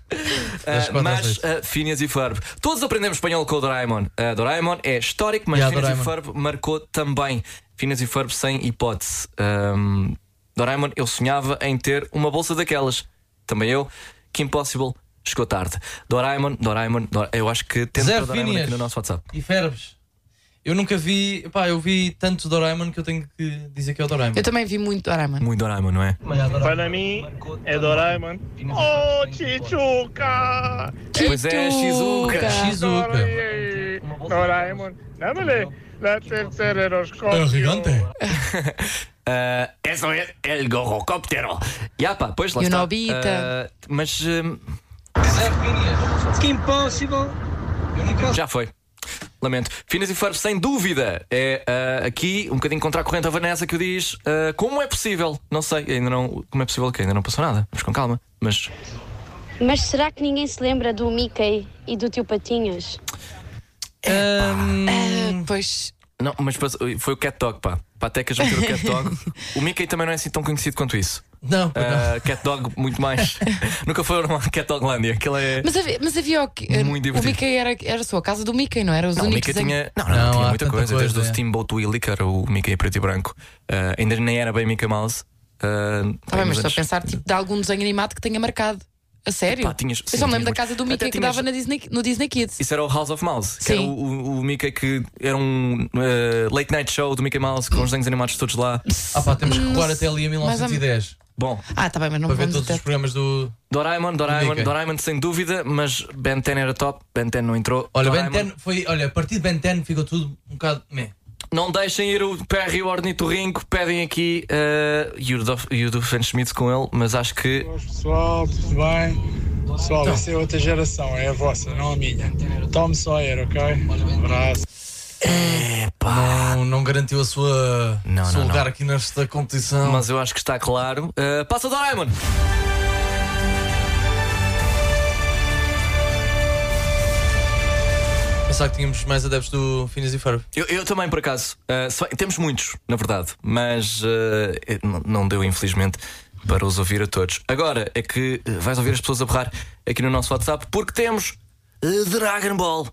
S7: Das
S3: Ah,
S7: quatro às
S3: mas ah, Phineas e Ferb. Todos aprendemos espanhol com o Doraemon. Ah, Doraemon é histórico, mas
S7: Yeah,
S3: Phineas e Ferb marcou também. Phineas e Ferb sem hipótese. Ahm, Doraemon, eu sonhava em ter uma bolsa daquelas. Também eu. Que impossible. Chegou tarde. Doraemon, Doraemon, Dora- eu acho que temos
S7: Zero
S3: o Doraemon
S7: Phineas.
S3: aqui no nosso WhatsApp.
S7: E Ferbes. Eu nunca vi. Pá, eu vi tanto Doraemon que eu tenho que dizer que é o Doraemon.
S4: Eu também vi muito Doraemon.
S3: Muito Doraemon, não é?
S16: Para mim é Doraemon. Oh, Chichuca!
S3: Pois é, Shizuka.
S7: É
S16: Doraemon. Dámele la tercera
S3: É
S16: horoscópio.
S3: Ah, eso es el gorrocóptero. Ya, pá, pois lá
S16: E o
S3: está.
S16: Nobita.
S3: Ah, mas. ahm,
S16: Que impossível.
S3: Já foi. Lamento. Finas e Ferb, sem dúvida, é ah, aqui um bocadinho contra a corrente a Vanessa que diz ah, como é possível. Não sei, ainda não. Como é possível que ainda não passou nada. Mas com calma. Mas
S25: Mas será que ninguém se lembra do Mickey e do tio Patinhas?
S24: Hum.
S4: Ah, pois.
S3: não, mas passou- foi o Cat Dog, pá. Pá, até que já ter o Cat
S16: *laughs*
S3: Dog. O Mickey também não é assim tão conhecido quanto isso.
S7: Não,
S3: Ah, Cat Dog, muito
S16: *laughs*
S3: mais. Nunca foi uma Cat Doglândia. Aquela é.
S4: Mas havia, mas havia o que?
S3: Muito
S4: o
S3: divertido.
S4: Mickey era, era só a casa do Mickey, não era? Os
S3: Não, o
S4: únicos
S3: Mickey
S4: em-
S3: tinha, não, não, tinha
S7: há
S3: muita
S7: tanta
S3: coisa, desde
S7: coisa,
S3: o
S7: é.
S3: Steamboat Willie, que era o Mickey preto e branco. Ah, ainda nem era bem Mickey Mouse. Ah,
S4: Tá bem,
S3: nos
S4: mas estou a
S3: anos-
S4: pensar tipo, de algum desenho animado que tenha marcado. A sério?
S3: Pá, tinhas- sim,
S4: eu só me
S3: tinhas
S4: lembro da
S3: muito.
S4: casa do
S3: Até
S4: Mickey que
S3: tinhas-
S4: dava na Disney, no Disney Kids.
S3: Isso era o House of Mouse, que era o,
S4: Sim.
S3: o, o Mickey que era um eh, late night show do Mickey Mouse com os desenhos animados todos lá.
S7: Ah pá, temos que
S4: Não
S7: recuar
S4: sei.
S7: até ali a
S4: Mais ou menos.
S7: 1910.
S3: Bom,
S4: Ah, tá bem, mas não
S7: para ver
S4: vamos
S7: todos
S4: até-
S7: os programas do.
S3: Doraemon,
S7: Do
S3: Doraemon,
S7: Mickey.
S3: Doraemon sem dúvida, mas Ben 10 era top, Ben 10 não entrou.
S7: Olha, Ben
S3: Doraemon-
S7: 10 foi. Olha, a partir de Ben 10 ficou tudo um bocado. Meh.
S3: Não deixem ir o Perry e o Ornitorrinco, pedem aqui ah, eh, e o Dof- e o do Schmidt com ele, mas acho que
S26: Pessoal, tudo bem?
S1: Pessoal, essa é outra geração, é a vossa, não a minha. Tom Sawyer, ok? Um abraço.
S7: Não, não garantiu a sua,
S3: Não,
S7: o seu
S3: não,
S7: lugar
S3: não.
S7: aqui nesta competição.
S3: Mas eu acho que está claro. Uh, passa o Doraemon!
S7: Pensava que tínhamos mais adeptos do Finas e Ferb.
S3: Eu, eu também, por acaso. Uh, se bem- temos muitos, na verdade, mas uh, eh, n- não deu, infelizmente, para os ouvir a todos. Agora é que uh, vais ouvir as pessoas a borrar aqui no nosso WhatsApp porque temos uh, Dragon Ball.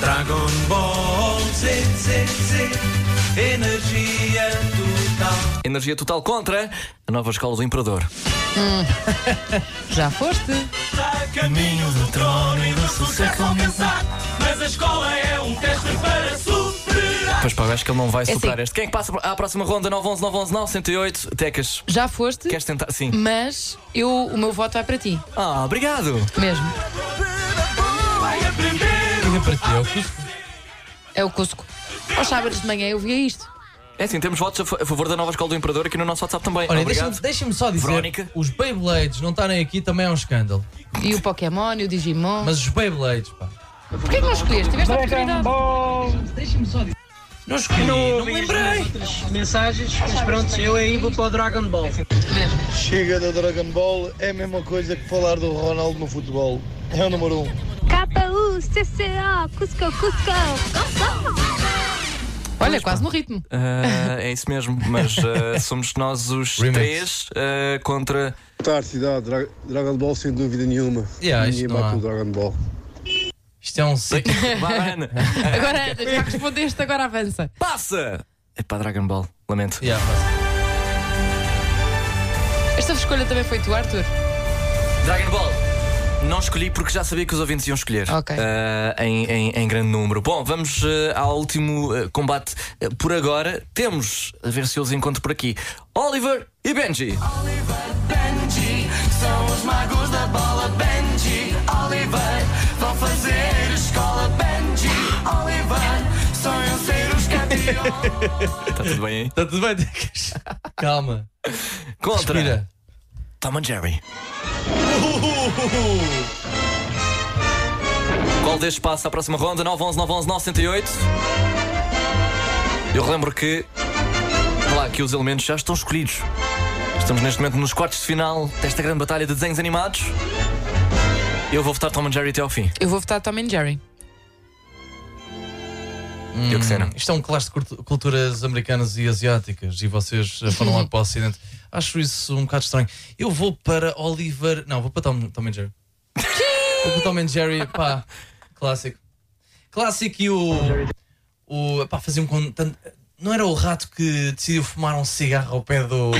S5: Dragon Ball Z, Z, Z, energia total.
S3: Energia total contra a nova escola do Imperador.
S5: Já foste? Está a caminho do trono e do sucesso alcançado. Mas a escola é um teste para superar.
S3: Pois pá, eu acho que ele não vai
S4: É
S3: superar
S4: assim.
S3: este. Quem é que passa à próxima ronda? 911 911 908 Tecas.
S4: Já foste,
S3: Queres tentar? Sim.
S4: mas eu, o meu voto vai para ti.
S3: Ah, obrigado.
S4: Mesmo.
S7: Quem é para ti? É o Cusco?
S4: É o Cusco. Aos sábados de manhã eu via isto.
S3: É assim, temos votos a fa- a favor da nova escola do Imperador aqui no nosso WhatsApp também.
S7: Olha,
S3: obrigado.
S7: deixa-me deixa-me só dizer:
S3: Verónica.
S7: os Beyblades não estarem aqui também é um escândalo.
S4: E o Pokémon e o Digimon.
S7: Mas os Beyblades, pá.
S4: Porquê que não escolheste? Tiveste a oportunidade.
S16: Deixa-me só dizer.
S7: Não escolhi,
S16: não, não lembrei. Mensagens, mas pronto, eu aí vou para o Dragon Ball.
S15: Chega da Dragon Ball, é a mesma coisa que falar do Ronaldo no futebol. É o número um.
S22: K-U-C-C-O, Cusco, Cusco.
S4: Olha, quase no
S7: *laughs*
S4: ritmo.
S3: Ah, é isso mesmo, mas *laughs* ah, somos nós os três ah, contra. *laughs*
S15: Tarde, cidade, Dra- Dragon Ball sem dúvida nenhuma.
S3: Yeah, isto
S15: Ninguém
S3: não
S15: bate
S3: há.
S15: o Dragon Ball.
S7: Isto é um ciclo.
S3: Barana.
S4: Agora, já respondeste, agora avança.
S3: Passa! É para Dragon Ball, lamento.
S4: Esta escolha também foi tu, Arthur.
S3: Dragon Ball! Não escolhi porque já sabia que os ouvintes iam escolher
S4: Ok.
S3: ah, em, em- em grande número. Bom, vamos ah, ao último ah, combate Ah, por agora. Temos, a ver se eu os encontro por aqui, Oliver e Benji.
S5: Benji, são os magos da bola. Benji, Oliver, vão fazer escola. Benji, Oliver, sonham ser
S3: *laughs*
S5: os campeões.
S3: Está Tá tudo bem, hein?
S7: Está tudo bem, Tecas? Calma.
S3: Contra
S7: Respira.
S3: Tom and Jerry. Qual destes passa à próxima ronda? 911 911 908 Eu relembro que. Lá que os elementos já estão escolhidos. Estamos neste momento nos quartos de final desta grande batalha de desenhos animados. Eu vou votar Tom and Jerry até ao fim.
S4: Eu vou votar Tom and Jerry.
S3: Eu que sei, não.
S7: Isto é um clássico de cultu- culturas americanas e asiáticas e vocês eh, foram logo para o Ocidente. Acho isso um bocado estranho. Eu vou para Oliver. Não, vou para Tom, Tom and Jerry. vou para Tom and Jerry, pá, clássico. Clássico e o. o pá, fazia um. con- tanto- Não era o rato que decidiu fumar um cigarro ao pé *laughs* do.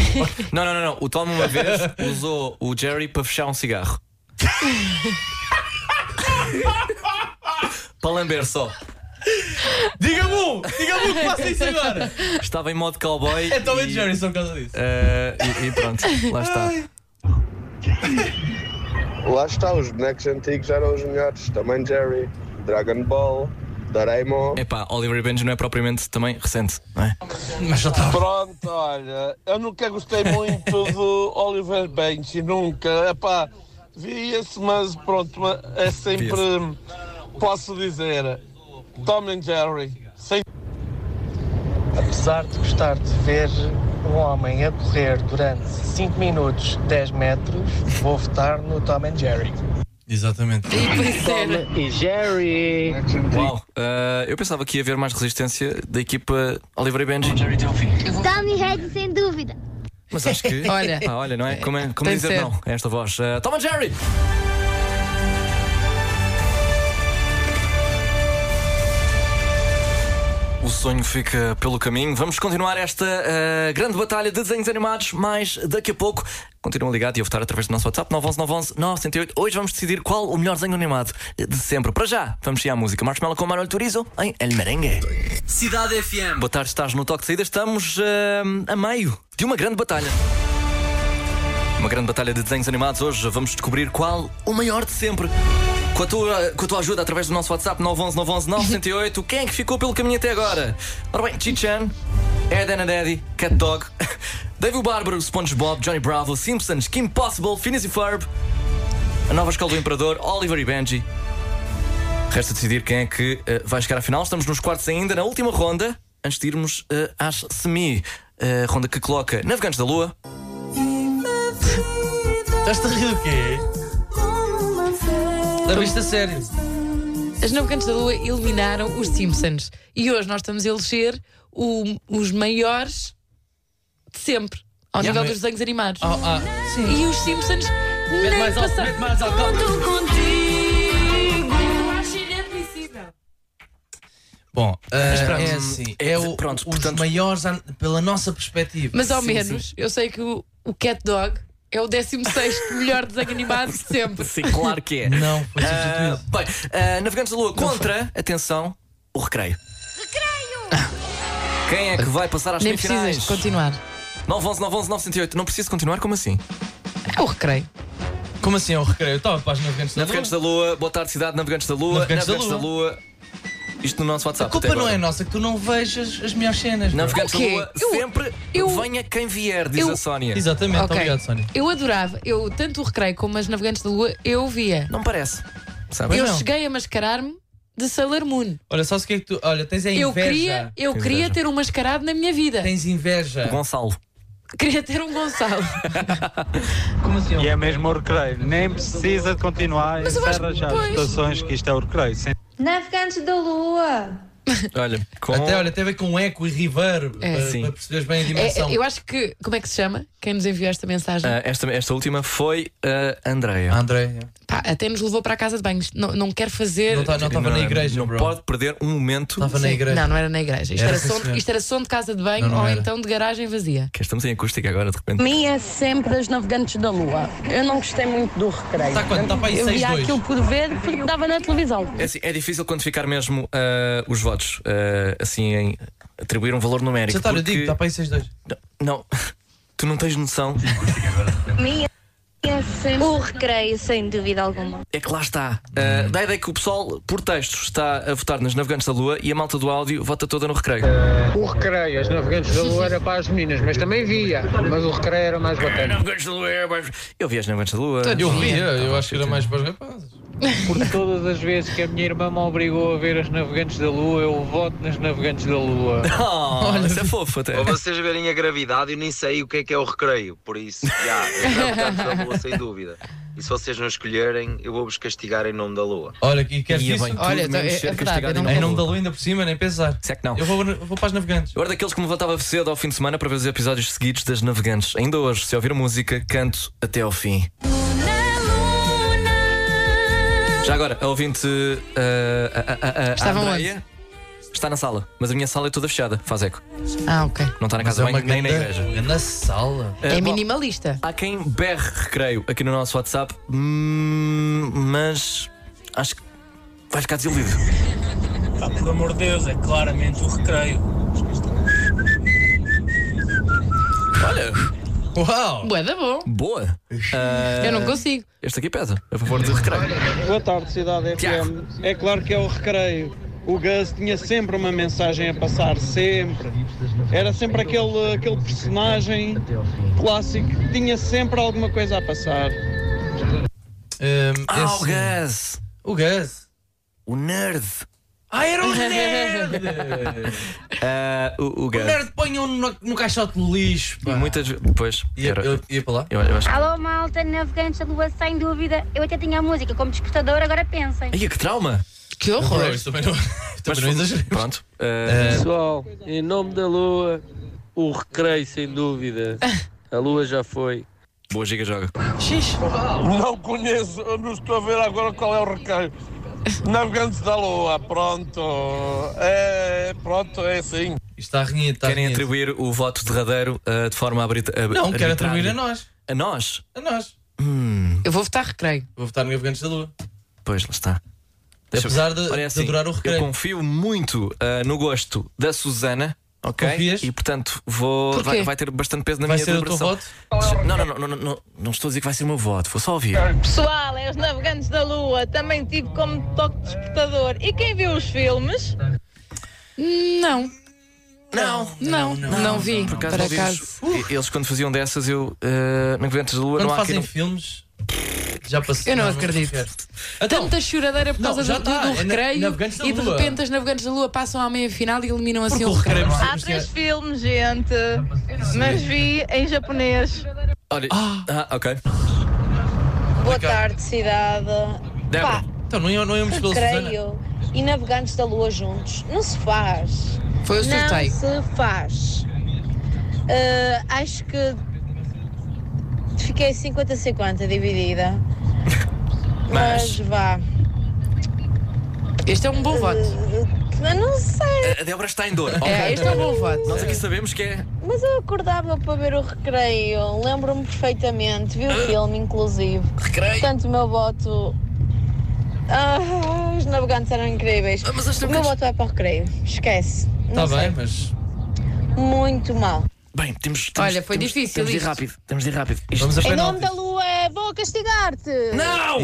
S3: Não, não, não, não. O Tom uma
S7: *laughs*
S3: vez usou o Jerry para fechar um cigarro. para lamber só.
S7: Diga-me um! Diga-me um que faça isso agora!
S3: Estava em modo cowboy.
S7: É Tom and Jerry só por causa disso.
S3: Eh, e, e pronto, lá está.
S2: Lá está, os bonecos antigos eram os melhores. Também Jerry, Dragon Ball, Doraemon.
S3: Epá, Oliver e Benji não é propriamente também recente, não é?
S7: Mas já está.
S12: Pronto, olha, eu nunca gostei muito do Oliver Benji, nunca. Epá, via-se, mas pronto, ma- é sempre. Posso dizer, Tom and Jerry. Sem...
S16: Apesar de gostar de ver um homem a correr durante 5 minutos 10 metros, vou votar no Tom and Jerry.
S7: Exatamente.
S16: Tom e Jerry.
S3: Uau, eh, eu pensava que ia haver mais resistência da equipa Oliver e Benji.
S22: Tommy Red, sem dúvida.
S3: Mas acho que.
S22: Olha.
S3: Ah, olha, não é? Como, é, como
S22: Tem
S3: dizer
S22: de ser.
S3: não a esta voz? Eh, Tom and Jerry! O sonho fica pelo caminho. Vamos continuar esta eh, grande batalha de desenhos animados, mas daqui a pouco. Continuam ligado e a votar através do nosso WhatsApp 911 911 908. Hoje vamos decidir qual o melhor desenho animado de sempre. Para já, vamos ir à música. Marshmallow com Manuel Turizo em El Merengue.
S5: Cidade FM.
S3: Boa tarde, estás no Toque de Saída. Estamos eh, a meio de uma grande batalha. Uma grande batalha de desenhos animados. Hoje vamos descobrir qual o maior de sempre. Com a tua, com a tua ajuda, através do nosso WhatsApp 911 911 908, quem é que ficou pelo caminho até agora? Ora bem, Chichan, Ed and a Daddy, Cat Dog, *laughs* Dave o Bárbaro, SpongeBob, Johnny Bravo, Simpsons, Kim Possible, Phineas e Ferb, a nova escola do Imperador, Oliver e Benji. Resta decidir quem é que eh, vai chegar à final. Estamos nos quartos ainda, na última ronda, antes de irmos eh, às semi. eh, ronda que coloca Navegantes da Lua.
S7: Estás-te a rir o quê? Levas-te a sério.
S4: As Navegantes da Lua eliminaram os Simpsons. E hoje nós estamos a eleger o- os maiores de sempre, ao
S5: Yeah,
S4: nível
S5: mas-
S4: dos desenhos animados.
S5: Ah, ah,
S4: E os Simpsons
S5: Mete
S4: nem
S5: mais alto,
S4: passaram.
S5: mete mais alto.
S4: Conto contigo.
S5: Eu
S4: acho inadmissível.
S7: Bom, ah,
S5: pronto.
S7: é assim. É o, os maiores, an- pela nossa perspectiva.
S4: Mas ao
S7: Sim,
S4: menos,
S7: sim.
S4: eu sei que o, o Cat Dog é o 16 melhor desenho animado de sempre.
S3: Sim, claro que é.
S7: *laughs* Não, foi
S3: substituído. bem, ah, Navegantes da Lua contra, atenção, o Recreio. Recreio! Quem é que vai passar às
S4: Nem
S3: semifinais?
S4: precisas de continuar.
S3: 911 911 908. Não preciso continuar? Como assim?
S4: É o recreio.
S7: Como assim é o recreio? Eu Estava para as navegantes da
S3: Navegantes da Lua, boa tarde, cidade, Navegantes da Lua,
S7: Navegantes da
S3: Lua. Isto no nosso WhatsApp.
S7: A culpa
S3: até
S7: não
S3: agora.
S7: é nossa, que tu não vejas as melhores cenas.
S3: Não,
S7: bro.
S3: Navegantes da Lua, sempre venha quem vier, diz
S4: eu-
S3: a Sónia.
S7: Exatamente,
S4: Ok.
S7: obrigado, Sónia.
S4: Eu adorava, eu tanto o recreio como as navegantes da lua, eu via.
S3: Não parece. Sabes?
S4: Eu cheguei a mascarar-me de Sailor Moon.
S7: Olha, só o que é que tu. Olha, tens a inveja.
S4: Eu queria, eu
S7: Tens
S4: queria
S7: inveja.
S4: ter um mascarado na minha vida.
S7: Tens
S3: É.
S7: inveja.
S3: Gonçalo.
S4: Queria ter um Gonçalo.
S7: assim?
S6: E é mesmo o recreio, nem precisa de continuar,
S4: Mas eu acho que
S6: encerra já as
S4: depois-
S6: votações que isto é o recreio. Sem...
S22: Navegantes da Lua.
S3: Olha,
S7: Até, olha, tem a ver com eco e reverb,
S4: É.
S7: para,
S4: Sim.
S7: para perceberes bem a
S4: É,
S7: dimensão.
S4: eu acho que. Como é que se chama? Quem nos enviou esta mensagem?
S3: Ah, esta, esta última foi a
S4: Ah,
S3: Andreia.
S7: Andreia.
S4: Pá, até nos levou para a casa de banhos. Não, não quero fazer.
S7: tá- é,
S3: Não pode perder um momento.
S7: Estava
S4: Sim. Não, não era na igreja. Isto era, som, isto era som de casa de banho
S3: Não, não
S4: ou
S3: era.
S4: então de garagem vazia.
S3: Que Estamos em acústica agora, de repente.
S8: Minha é sempre das Navegantes da Lua. Eu não gostei muito do recreio.
S7: Tá
S3: Está quanto? Está para aí
S8: Eu
S3: seis,
S8: via
S3: dois.
S22: um
S8: aquilo por ver porque estava na televisão.
S3: É, assim, é difícil quantificar mesmo ah, os votos, ah, assim, em atribuir um valor numérico.
S7: Já está, eu
S3: porque-
S7: digo, está para aí 6-2.
S3: Não, *laughs* tu não tens noção.
S8: Minha é sempre... O recreio, sem dúvida alguma.
S3: É que lá está. Ah, da ideia que o pessoal, por textos, está a votar nas Navegantes da Lua e a malta do áudio vota toda no recreio.
S10: O recreio, as navegantes da lua era é para as meninas, mas também via. Mas o recreio era mais bacana.
S3: Navegantes da Lua é mais- Eu vi as Navegantes da Lua.
S9: Então,
S10: Eu via,
S9: é.
S3: *laughs*
S7: eu acho que era mais para os rapazes.
S10: Por todas as vezes que a minha irmã me obrigou a ver as navegantes da lua, eu voto nas navegantes da lua.
S3: Olha, isso é fofo até.
S9: Para vocês verem a gravidade, eu nem sei o que é que é o recreio, por isso, já, os navegantes da
S7: *laughs*
S9: lua, sem dúvida. E se vocês não escolherem, eu vou-vos castigar em nome da lua.
S7: Olha, e queres
S9: Ia
S7: isso?
S9: bem tudo, Olha, menos então, é- ser é verdade, castigado eu não em nome
S7: Em nome
S9: da
S7: da lua ainda por cima, nem pensar.
S3: Se é que não.
S7: Eu vou, eu vou para as navegantes.
S3: Eu era daqueles que me levantava cedo ao fim de semana para ver os episódios seguidos das Navegantes. Ainda hoje, se ouvir música, canto até ao fim. Já agora, a ouvinte. uh, a, a- a- a
S4: Estavam
S3: Andreia está na sala, mas a minha sala é toda fechada, faz eco.
S4: Ah, ok.
S3: Não está na
S7: Mas
S3: casa
S7: é
S3: de
S7: uma
S3: banho, nem na
S7: grande-
S3: igreja. Eh,
S7: Na sala.
S4: É minimalista.
S3: Há quem berre recreio aqui no nosso WhatsApp, hum, mas acho que vai ficar desiludido.
S17: Pá, por amor de Deus, é claramente o recreio.
S3: Olha!
S7: Uau!
S4: Boa, da bom.
S3: Boa! Ah,
S4: Eu não consigo.
S3: Este aqui pesa, a favor de
S7: é
S3: recreio.
S26: Boa tarde, Cidade FM. É claro que é o recreio. O Gus tinha sempre uma mensagem a passar, sempre. Era sempre aquele, aquele personagem clássico que tinha sempre alguma coisa a passar.
S7: ah,
S26: o
S3: Gus!
S7: O Gus!
S3: O nerd!
S7: Ah, era *laughs* o nerd!
S3: Ah, o, o
S7: o
S3: Gus.
S7: nerd ponham no, no caixote do lixo.
S3: E muitas Pois.
S7: Ia, eu, ia para lá?
S3: Eu, eu acho que.
S22: Alô, malta, navegantes da lua, sem dúvida. Eu até tinha a música como despertador, agora pensem.
S3: Ai, que trauma!
S4: Que
S7: horror! Isto também não, *laughs* também não exageremos. Eh,
S3: Pronto. eh,
S27: Pessoal, em nome da Lua, o recreio sem dúvida. A Lua já foi.
S3: Boa giga joga.
S7: ah,
S12: Não conheço, eu não estou a ver agora qual é o recreio. Navegantes da Lua, ah, pronto. É, pronto, é assim.
S7: Está a renhir, está
S3: Querem atribuir o voto derradeiro ah, de forma abrita. ab-
S7: é Não, quero
S3: arbitrária.
S7: atribuir a nós.
S3: A nós?
S7: A nós.
S4: Eu vou votar recreio.
S7: Vou votar no Navegantes da Lua.
S3: Pois, lá está. Deixa-
S7: Apesar de,
S3: Olha,
S7: de
S3: assim,
S7: adorar o recreio.
S3: Eu confio muito ah, no gosto da Susana. Ok?
S7: Confias?
S3: E portanto vou.
S7: Porquê?
S3: Vai, vai ter bastante peso na
S7: Vai
S3: minha
S7: ser o teu
S3: deliberação. voto? Não, não, não, não, não, não, não estou a dizer que vai ser o meu voto, vou só ouvir.
S28: Pessoal, é os Navegantes da Lua, também tive como toque despertador. E quem viu os filmes?
S4: Não. Não, não, não, vi.
S3: Por
S4: Por
S3: acaso, não vimos.
S4: acaso.
S3: E- Eles quando faziam dessas, eu. Uh, na Ventos da Lua,
S7: Quando
S3: não há
S7: fazem
S3: quem
S7: filmes. Já passei.
S4: Eu não
S7: mas
S4: acredito.
S7: quero. Então,
S4: Tanta choradeira por
S7: Não,
S4: causa
S7: já
S4: do, do-
S7: tá,
S4: do
S7: é na-
S4: recreio
S7: Navegantes da
S4: e de
S7: Lua.
S4: repente as navegantes da Lua passam à meia-final e eliminam assim
S7: o
S4: o recreio.
S7: recreio é
S28: Há três filmes, gente, mas vi em japonês.
S3: Olha. Ah, ok.
S28: Boa tarde, cidade.
S3: Débora.
S7: Então não ia- não íamos pela Susana.
S28: Recreio e navegantes da lua juntos. Não se faz.
S4: Foi o sorteio.
S28: Não se faz. Ah, acho que fiquei 50-50 dividida. Mas, vá.
S4: Este é um bom voto.
S28: Eu não sei,
S3: A Débora está em dor.
S28: É, este é um bom
S4: voto.
S3: Nós aqui sabemos que é.
S28: mas eu acordava para ver o recreio. Lembro-me perfeitamente. Vi o filme, inclusive.
S3: Recreio.
S28: Portanto, o meu voto. Ah, os navegantes eram incríveis. o meu voto vai para o recreio. Esquece.
S7: Está
S28: Não
S7: Tá bem,
S28: sei.
S7: mas.
S28: Muito mal.
S3: Bem, temos. temos
S28: Olha, foi
S3: temos-
S28: difícil
S3: Temos de ir
S28: isto.
S3: rápido. Temos de ir rápido. Isto-
S7: Vamos a
S28: Em nome
S7: penaltis.
S28: da lua, vou castigar-te!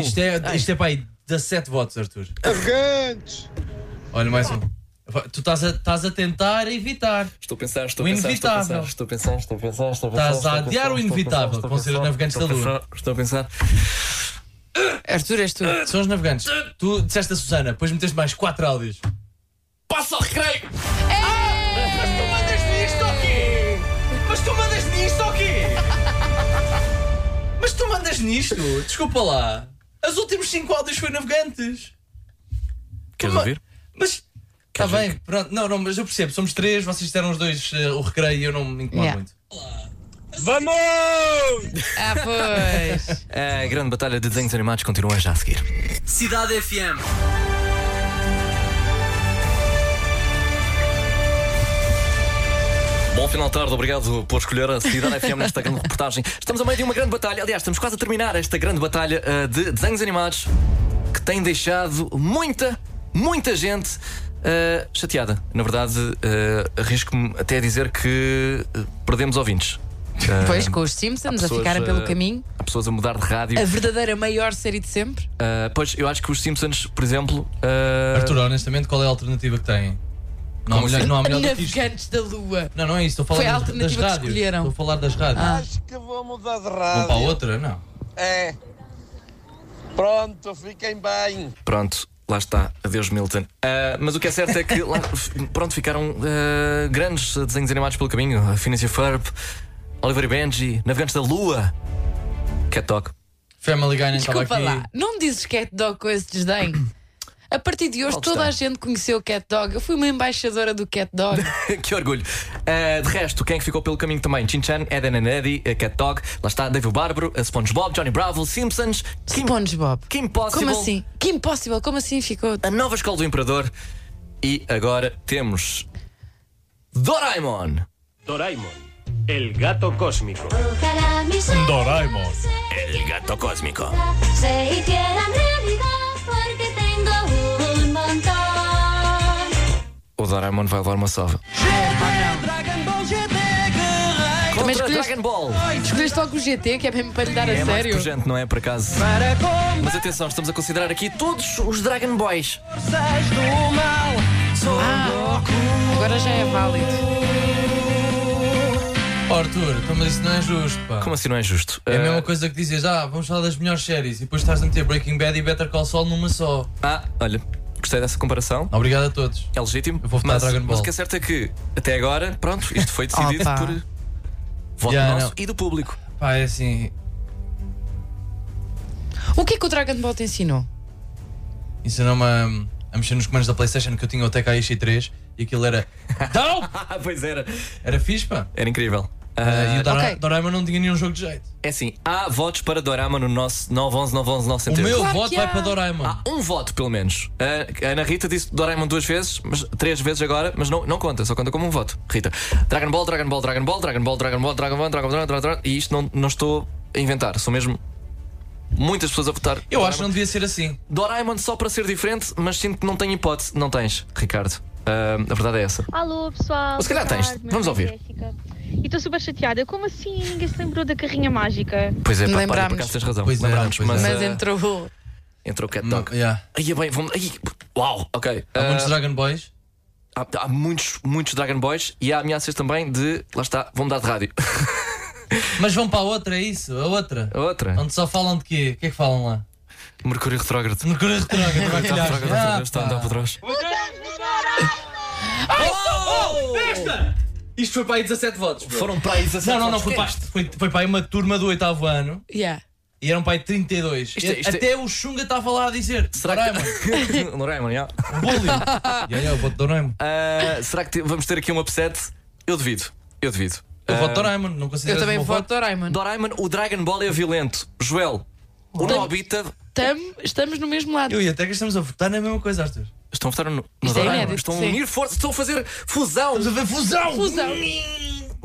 S7: Isto é, isto é para aí 17 votos, Arthur.
S28: Arrogantes!
S7: Olha, mais um. Tu estás a, estás a tentar evitar.
S3: Estou a pensar, estou
S7: O
S3: a pensar, estou a pensar,
S7: inevitável.
S3: estou a pensar, estou a pensar, estou a pensar.
S7: Estás
S3: estou pensar,
S7: a adiar o
S3: estou a pensar,
S7: inevitável,
S3: estou a
S7: que vão ser
S3: pensar,
S7: os navegantes
S3: estou a
S7: da Lua.
S3: pensar, Estou a pensar.
S4: Arthur, és tu.
S7: São os navegantes. Tu disseste a Susana, depois meteste mais 4 áudios.
S5: Passa ao recreio! Ah, Mas tu mandas-me isto aqui! Mas tu mandas-me isto aqui!
S7: Mas tu mandas nisto? Desculpa lá. Os últimos 5 áudios foi navegantes.
S3: Queres ouvir?
S7: Mas. Está bem, pronto. Não, não, mas eu percebo. Somos três, vocês deram os dois eh, o recreio e eu não me incomodo
S3: Yeah.
S7: muito.
S5: Vamos!
S4: Ah, pois.
S3: A grande batalha de desenhos animados continua já a seguir.
S5: Cidade FM.
S3: Bom final de tarde, obrigado por escolher a Cidade FM nesta grande reportagem. Estamos a meio de uma grande batalha, aliás, estamos quase a terminar esta grande batalha ah, de desenhos animados que tem deixado muita, muita gente ah, chateada. Na verdade, ah, arrisco-me até a dizer que ah, perdemos ouvintes. Ah,
S4: *laughs* Pois, com os Simpsons
S3: há
S4: a
S3: pessoas,
S4: ficarem pelo
S3: ah,
S4: caminho.
S3: Há pessoas a mudar de rádio.
S4: A verdadeira maior série de sempre.
S3: Ah, pois, eu acho que os Simpsons, por exemplo. ah,
S7: Arthur, honestamente, qual é a alternativa que têm? Não há
S3: Como
S7: melhor,
S3: assim?
S7: não há melhor do que isto.
S4: Navegantes da Lua.
S7: Não, não é isso. Estou a falar
S4: Foi a
S7: das, das
S4: alternativa que
S7: rádios.
S4: escolheram.
S7: Estou a falar das rádios.
S4: Ah.
S12: Acho que vou mudar de
S7: Vão para a
S12: rádio.
S7: outra? Não.
S12: É. Pronto, fiquem bem.
S3: Pronto, lá está. Adeus, Milton. Ah, mas o que é certo é que lá, *laughs* f- pronto, ficaram ah, grandes desenhos animados pelo caminho. A Phineas e Ferb, Oliver e Benji, Navegantes da Lua, Cat Dog. *laughs*
S7: Family Guy nem estava
S4: Desculpa
S7: Então aqui.
S4: lá, não me dizes cat dog com esse desdém. A partir de hoje
S3: Falta.
S4: toda a gente conheceu o cat dog. Eu fui uma embaixadora do cat *laughs* dog.
S3: que orgulho. Ah, de resto, quem é que ficou pelo caminho também? Chin-Chan, Eden and Eddie, a Cat Dog, lá está, David Bárbaro, a SpongeBob, Johnny Bravo, Simpsons, Kim,
S4: SpongeBob.
S3: Kim Possible.
S4: Como assim? Que impossível, como assim ficou?
S3: A nova escola do Imperador. E agora temos. Doraemon!
S11: Doraemon, el gato cósmico.
S3: Doraemon, el gato cósmico.
S18: Se hicieran realidad porque tengo un montón.
S3: O Doraemon vai levar uma sova.
S5: Dragon Ball GT Guerreiro.
S3: Contra Dragon Ball.
S4: Escolheste logo o GT, que é mesmo para lhe dar a
S3: é mais
S4: sério.
S3: pujante, não é? Por acaso.
S5: Para com
S3: Mas atenção, estamos a considerar aqui todos os Dragon Boys.
S5: forças do mal. Sou
S4: ah, agora já é válido.
S7: Oh, Arthur, então, mas isso não é justo, pá.
S3: Como assim não é justo?
S7: É a
S3: Eh,
S7: mesma coisa que dizes, ah, vamos falar das melhores séries e depois estás a meter Breaking Bad e Better Call Saul numa só.
S3: Ah, olha, gostei dessa comparação.
S7: Obrigado a todos.
S3: É legítimo.
S7: vou votar
S3: mas,
S7: Dragon
S3: mas
S7: Ball.
S3: o que é certo é que, até agora, pronto, isto *laughs* foi decidido
S7: Opa.
S3: por voto
S7: Yeah,
S3: nosso
S7: não.
S3: e do público.
S7: Pá, é assim,
S4: O que é que o Dragon Ball te ensinou?
S7: ensinou-me a, a mexer nos comandos da Playstation que eu tinha o Tekaishi 3 e
S3: *laughs*
S7: aquilo era DOW!
S3: *laughs* pois era. Ah,
S7: Era fixe, pá.
S3: Era incrível.
S7: Eh, e o Dora-
S3: Ok.
S7: Doraemon não tinha nenhum jogo de jeito.
S3: É assim, há votos para Doraemon no nosso 911 911
S7: O
S3: 911
S7: meu voto vai para Doraemon.
S3: Há um voto, pelo menos. A a Ana Rita disse Doraemon duas vezes, mas três vezes agora, mas não, não conta, só conta como um voto. Rita. Dragon Ball, Dragon Ball, Dragon Ball, Dragon Ball, Dragon Ball, Dragon Ball, Dragon Ball, Dragon Ball, Dragon Ball. E isto não, não estou a inventar, são mesmo muitas pessoas a votar.
S7: Eu acho que não devia ser assim.
S3: Doraemon só para ser diferente, mas sinto que não tenho hipótese. Não tens, Ricardo. Ah, a verdade é essa.
S13: Alô, pessoal.
S3: Ou se calhar
S13: Boa
S3: tens.
S13: tarde, meu
S3: Vamos
S13: nome é
S3: ouvir.
S13: Jéssica. E estou super chateada. Como assim ninguém se lembrou da carrinha mágica?
S3: Pois é, pá, pá,
S4: Lembrámos.
S3: por acaso tens razão.
S7: Pois é,
S3: Lembrámos,
S7: pois é.
S3: mas,
S4: Mas
S3: ah,
S4: entrou.
S3: entrou o Cat Dog.
S7: Yeah.
S3: Aí é bem, vamos. Aí, uau, ok. Então,
S7: Há
S3: Ah,
S7: muitos Dragon Boys.
S3: há, há muitos, muitos Dragon Boys e há ameaças também de. Lá está, vão mudar de rádio.
S7: Mas vão para a outra, é isso? A outra?
S3: A outra.
S7: Onde só falam de quê? O que é que falam lá?
S3: Mercúrio retrógrado.
S7: Mercúrio
S3: *laughs*
S7: retrógrado,
S3: Está
S7: vai calhar.
S3: retrógrado outra vez, está a andar para trás.
S7: Oh! Isto foi para aí 17 votos. bro.
S3: Foram para aí 17
S7: Não, não, não,
S3: votos.
S7: foi para, foi, foi para aí uma turma do oitavo ano
S4: Yeah.
S7: e eram para aí 32.
S3: Isto é- isto é-
S7: Até o Xunga estava lá a dizer: Será
S3: *laughs* Doraemon, já.
S7: Bullying. E aí, eu voto Doraemon.
S3: Ah, será que te- vamos ter aqui um upset? Eu devido. Eu devido.
S7: Eu
S3: Ah,
S7: voto Doraemon, não consideras o meu voto.
S4: Doraemon.
S3: Doraemon, o Dragon Ball é violento. Joel, o Nobita.
S4: Tam- estamos no mesmo lado.
S7: Eu e até que estamos a votar na mesma coisa, Arthur.
S3: Estão a votar no, no
S4: Isto é
S3: Doraemon.
S4: inédito,
S3: Estão a
S4: sim.
S3: unir forças, estão a fazer fusão.
S7: Estamos a ver fusão.
S4: Fusão.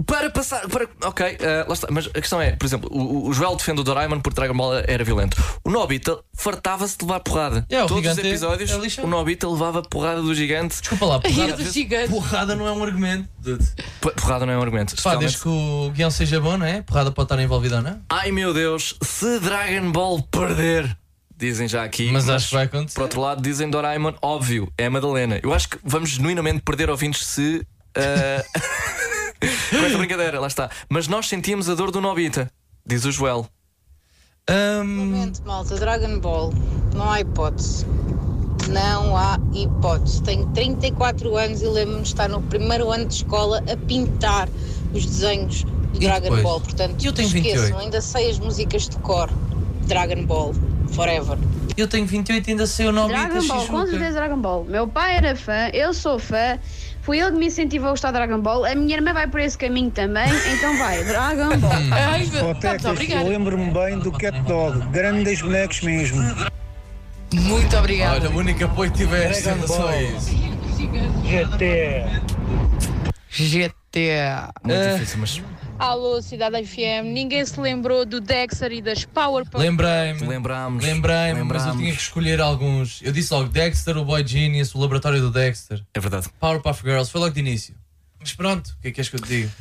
S3: Para passar. Para... Ok, ah, lá está. Mas a questão é, por exemplo, o, o Joel defende o Doraemon porque Dragon Ball era violento. O Nobita fartava-se de levar porrada.
S7: É, o
S3: Todos os
S7: gigante é-
S3: episódios,
S7: é lixado.
S3: o Nobita levava porrada do gigante.
S7: Desculpa lá, porrada,
S4: E do gigante.
S7: porrada não é um argumento. dude.
S3: P- Porrada não é um argumento.
S7: Pá,
S3: especialmente-
S7: desde que o guião seja bom, não é? Porrada pode estar envolvida ou não?
S3: Ai meu Deus, se Dragon Ball perder, dizem já aqui.
S7: Mas acho que vai acontecer.
S3: Por outro lado, dizem Doraemon, óbvio, é a Madalena. Eu acho que vamos genuinamente perder ouvintes se. ah, *laughs* Com esta brincadeira, lá está. Mas nós sentimos a dor do Nobita, diz o Joel.
S7: Hum,
S1: Realmente, malta, Dragon Ball, não há hipótese. Não há hipótese. Tenho 34 anos e lembro-me de estar no primeiro ano de escola a pintar os desenhos do
S7: E
S1: Dragon
S7: depois?
S1: Ball. Portanto,
S7: Eu tenho
S1: esqueçam,
S7: 28.
S1: ainda sei as músicas de cor. Dragon Ball, forever.
S7: Eu tenho 28 e ainda sei o nome
S14: Dragon Ball, com certeza Dragon Ball. Meu pai era fã, eu sou fã, foi ele que me incentivou a gostar de Dragon Ball. A minha irmã vai por esse caminho também, então vai, Dragon Ball.
S8: *laughs*
S4: Ai,
S19: Fotecas,
S4: obrigada.
S19: eu lembro-me bem do Cat Dog, grandes bonecos mesmo.
S4: Muito obrigado.
S7: Olha, o único apoio que tiveste
S19: Dragon
S7: era só
S19: Ball.
S7: isso.
S19: GT.
S4: GT.
S3: Muito
S7: Eh,
S3: difícil, mas.
S14: Alô, Cidade FM, ninguém se lembrou do Dexter e das PowerPoint.
S7: Lembrei-me.
S3: Lembramos.
S7: Lembrei-me, mas eu tinha que escolher alguns. Eu disse logo Dexter, o Boy Genius, o Laboratório do Dexter.
S3: É verdade.
S7: Powerpuff Girls, foi logo de início. Mas pronto, o que é que és que eu te digo?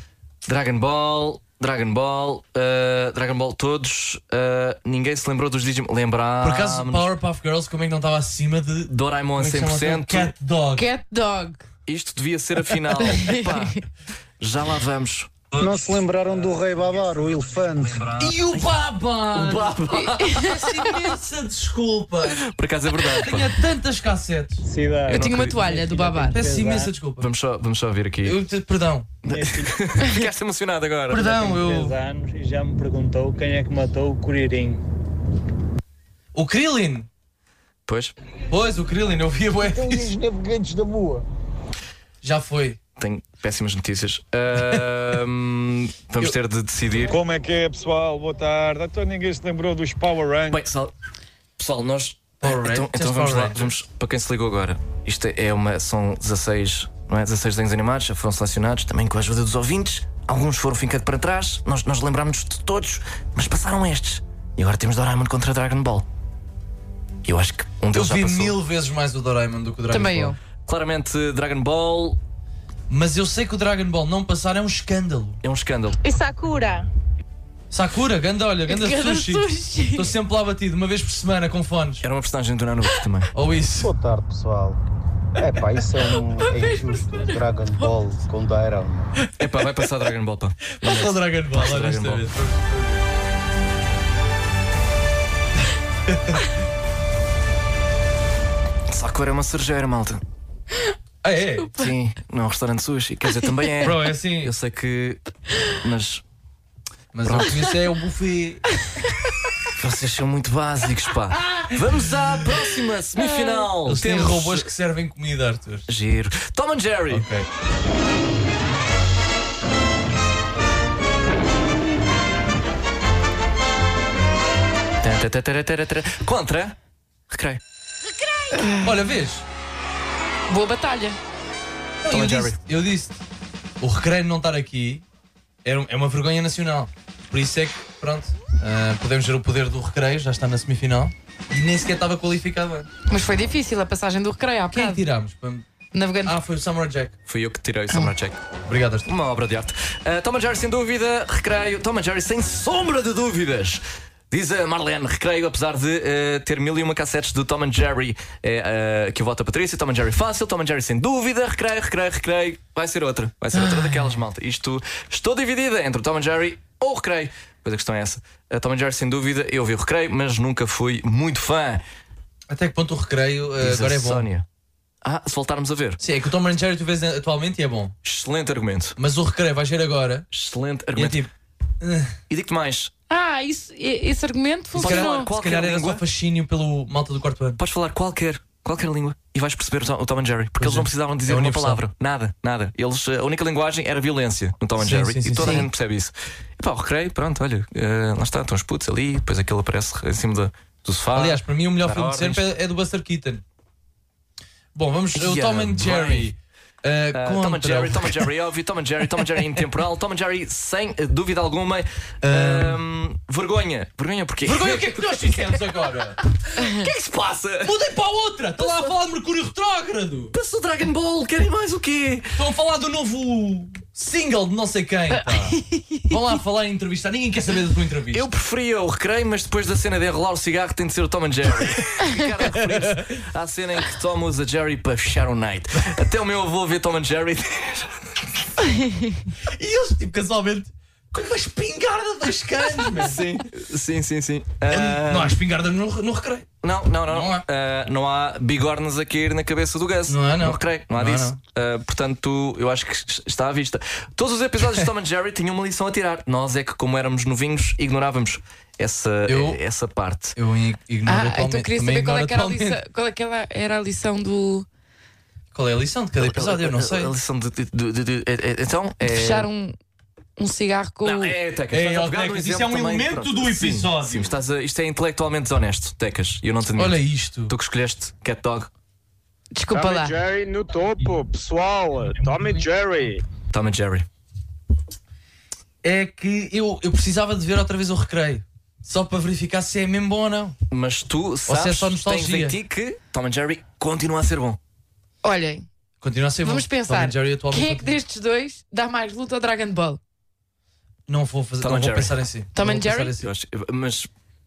S3: Dragon Ball, Dragon Ball, ah, Dragon Ball todos. ah, ninguém se lembrou dos Digimon. Lembrar.
S7: Por acaso, Powerpuff Girls, como é que não estava acima de.
S3: Doraemon
S7: como é que se chama
S3: 100%.
S7: aquele? Cat Dog.
S4: Cat Dog.
S3: Isto devia ser a
S7: *laughs*
S3: final. Pá, já lá vamos.
S19: Não se lembraram do Rei Babar, o elefante.
S7: E o Baba!
S3: O Baba.
S7: Peço imensa desculpa!
S3: Por acaso é verdade. pá.
S7: Tinha tantas cassetes.
S19: Cidade.
S4: Eu tinha uma toalha do babar.
S7: Peço imensa desculpa.
S3: Vamos só, vamos só ouvir aqui.
S7: Eu te- perdão.
S3: Ficaste emocionado agora.
S7: Perdão, eu.
S19: 10 anos e já me perguntou quem é que matou o Curirim.
S7: O Krillin!
S3: Pois,
S7: Pois, o Krillin, eu via bué disso.
S19: navegantes da Moa.
S7: Já foi.
S3: tenho péssimas notícias. Ahm, vamos ter de decidir.
S19: Como é que é, pessoal? Boa tarde. Então ninguém se lembrou dos Power Rangers.
S3: Bem, pessoal, pessoal, nós.
S7: Power Rangers,
S3: Então, então
S7: just
S3: vamos
S7: Power
S3: lá,
S7: Rangers.
S3: vamos para quem se ligou agora. Isto é uma. São 16, não é? 16 desenhos animados, já foram selecionados, também com a ajuda dos ouvintes. Alguns foram ficando para trás, nós, nós lembrámos de todos, mas passaram estes. E agora temos Doraemon contra Dragon Ball. Eu acho que um
S7: Eu
S3: deles
S7: vi
S3: já passou.
S7: mil vezes mais o Doraemon do que o Dragon
S4: Também
S7: Ball.
S4: eu.
S3: Claramente, Dragon Ball
S7: Mas eu sei que o Dragon Ball não passar é um escândalo.
S3: é um escândalo.
S28: E Sakura?
S7: Sakura, ganda, olha, ganda
S28: Ganda
S7: sushi.
S28: sushi.
S7: Estou sempre lá batido, uma vez por semana com fones.
S3: Era uma personagem do Naruto também.
S7: Ou isso.
S20: Boa tarde, pessoal. É pá, isso é,
S7: *laughs*
S20: um, é injusto. Dragon Ball com Dairon.
S3: *laughs* Epá, vai passar Dragon Ball, pá.
S7: Passa é o Dragon Ball,
S3: Passa o
S7: olha
S3: Dragon
S7: esta
S3: Ball.
S7: vez.
S3: Sakura é uma serjeira, malta.
S7: Ah, é?
S3: Sim, não é um restaurante sushi. Quer dizer, também é.
S7: Bro, é assim.
S3: Eu sei que. Mas
S7: Mas
S3: Pronto.
S7: eu isso é o buffet.
S3: vocês são muito básicos, pá. Vamos à próxima semifinal.
S7: Eles têm
S3: Temos-
S7: robôs que servem comida, Arthur.
S3: Giro. Tom and Jerry.
S7: Ok.
S3: Tá, tá, tá, tá, tá, tá. Contra. Recreio.
S7: Olha, vês?
S4: Boa batalha.
S7: Não,
S3: Tom
S7: eu
S3: and Jerry.
S7: disse, eu disse, o recreio não estar aqui era um- é uma vergonha nacional. Por isso é que, pronto, ah, podemos ver o poder do recreio, já está na semifinal. E nem sequer estava qualificado antes.
S4: Mas foi difícil a passagem do recreio há
S7: Quem é que
S4: bocado.
S7: tirámos?
S4: Navegando.
S7: Ah, foi o Samurai Jack.
S3: Fui eu que tirei o Samurai Check.
S7: Obrigado, Arthur.
S3: Ah, Uma obra de arte. Uh, Tom and Jerry, sem dúvida, recreio. Tom and Jerry, sem sombra de dúvidas. Diz a Marlene, recreio, apesar de eh, ter mil e uma cassetes do Tom and Jerry, eh, eh, que eu voto a Patrícia, Tom and Jerry fácil, Tom and Jerry sem dúvida, recreio, recreio, recreio. Vai ser outra, vai ser outra daquelas, malta. Isto, estou dividida entre o Tom and Jerry ou o recreio. Pois a questão é essa. A Tom and Jerry, sem dúvida, eu vi o recreio, mas nunca fui muito fã.
S7: Até que ponto o recreio eh,
S3: Diz a
S7: agora é bom?
S3: Sónia. Ah, se voltarmos a ver.
S7: Sim, é que o Tom and Jerry tu vês atualmente e é bom.
S3: Excelente argumento.
S7: Mas o recreio vais ver agora.
S3: Excelente argumento.
S7: E, é tipo,
S3: e digo-te mais.
S4: Ah, isso, e- esse argumento
S3: Podes falar
S4: funcionou.
S3: qualquer
S7: calhar era
S3: língua.
S7: só fascínio pelo malta do quarto ano.
S3: Podes falar qualquer, qualquer língua e vais perceber o Tom- o Tom and Jerry. Porque
S7: Pois
S3: eles não
S7: é.
S3: precisavam dizer
S7: É
S3: uma
S7: universal.
S3: palavra. Nada, nada. Eles, eh, a única linguagem era violência no Tom and
S7: Sim,
S3: Jerry.
S7: sim,
S3: e
S7: sim,
S3: toda
S7: sim.
S3: a gente percebe isso. E pá, o recreio, pronto, olha, eh, lá está, estão os putos ali, depois aquele aparece em cima do, do sofá.
S7: Aliás, para mim o melhor
S3: dar
S7: filme de
S3: ordens.
S7: sempre é, é do Buster Keaton. Bom, vamos. eh, o
S3: Ia
S7: Tom and
S3: bem.
S7: Jerry. eh,
S3: Ah,
S7: contra
S3: Tom and Jerry,
S7: o-
S3: Tom and Jerry óbvio, Tom and Jerry, Tom and Jerry intemporal, Tom and Jerry sem eh, dúvida alguma. ahm, vergonha. Vergonha porquê?
S7: Vergonha, o que é que nós fizemos *laughs* agora?
S3: *laughs* O que é que se passa?
S7: Mudem para a outra! Estão lá a falar de Mercúrio Retrógrado!
S3: Passou Dragon Ball, querem mais o quê?
S7: Estão a falar do novo single de não sei quem, pá.
S4: *laughs*
S7: Vão lá falar em entrevista, ninguém quer saber da tua entrevista.
S3: Eu preferia o recreio, mas depois da cena de enrolar o cigarro tem de ser o Tom and Jerry.
S4: *laughs*
S3: Ficar a referir-se à cena em que Tom usa Jerry para fechar o night. Até o meu avô vê Tom and
S7: *laughs*
S3: Jerry.
S7: E eles, tipo, casualmente, com uma espingarda dos *laughs* canos, meu.
S3: sim, sim, sim, sim. Ah,
S7: Hum, Não há espingarda no, no recreio.
S3: não, não, não. Não há, não há bigornas a cair na cabeça do Gus.
S7: Não há, não.
S3: No recreio, não há
S7: Não há,
S3: disso. Ah, portanto, eu acho que es- está à vista. Todos os episódios de Tom and Jerry tinham uma lição a tirar. Nós é que, como éramos novinhos, ignorávamos essa,
S7: Eu-
S3: essa parte.
S7: Eu ignoro
S4: Ah, então queria saber qual é, que era a lição, qual é que ela- era a lição do.
S7: Qual é a lição de cada episódio? Eu não sei.
S3: A lição de. de- de- de- de- é- é- então, é.
S4: de fechar um, um cigarro com. o-
S3: É, Tecas,
S7: É,
S3: estás a
S7: ó,
S3: pegar num
S7: Tecas, isso
S3: exemplo
S7: é um
S3: também,
S7: elemento
S3: pronto.
S7: do
S3: Sim,
S7: episódio.
S3: sim, estás a- isto é intelectualmente desonesto, Tecas. e Eu não te admito.
S7: Olha isto.
S3: Tu que escolheste Cat Dog,
S4: Desculpa
S2: Tom
S4: lá.
S2: e Jerry no topo, pessoal. Tom e Jerry.
S3: Tom and Jerry.
S7: É que eu, eu precisava de ver outra vez o recreio. Só para verificar se é mesmo bom ou não.
S3: Mas tu
S7: se é
S3: sabes,
S7: só
S3: tens em
S7: nostalgia.
S3: ti que Tom and Jerry continua a ser bom.
S4: Olhem,
S7: Continua a ser
S4: vamos
S7: bom. Tom
S4: pensar.
S7: and Jerry atualmente
S4: Quem é que destes dois dá mais luta ao Dragon Ball?
S7: Não vou fazer,
S3: Tom
S7: não
S3: and
S7: vou
S3: Jerry.
S7: pensar em si.
S4: Tom
S7: Não
S4: and
S7: vou pensar
S4: Jerry?
S7: em si.
S3: Eu acho- mas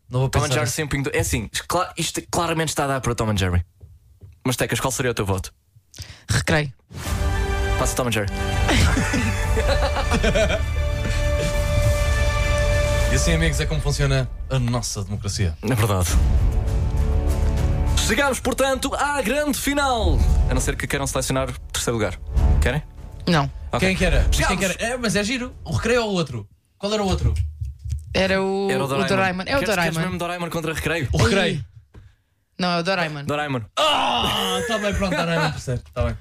S7: Não vou
S3: Tom and
S7: pensar
S3: Jerry
S7: em si.
S3: sempre. indo- É assim, cla- isto claramente está a dar para Tom and Jerry. Mas Tecas, qual seria o teu voto?
S4: Recreio.
S3: Passa Tom and Jerry.
S7: E assim, amigos, é como funciona a nossa democracia.
S3: Na verdade. Chegamos, portanto, à grande final. A não ser que queiram selecionar terceiro lugar. Querem?
S4: Não.
S3: Ok.
S7: Quem que era? Mas Quem
S3: Chegamos.
S7: que era? É, mas é giro. O recreio ou o outro? Qual era o outro?
S4: Era o,
S3: Era o Doraemon.
S4: É o
S3: Queres- Queres mesmo
S4: Doraemon.
S3: Doraemon contra Recreio?
S7: O recreio.
S4: Não, é o Doraemon.
S3: Doraemon.
S7: Ah, tá bem, pronto, tá bem, percebe. Tá bem.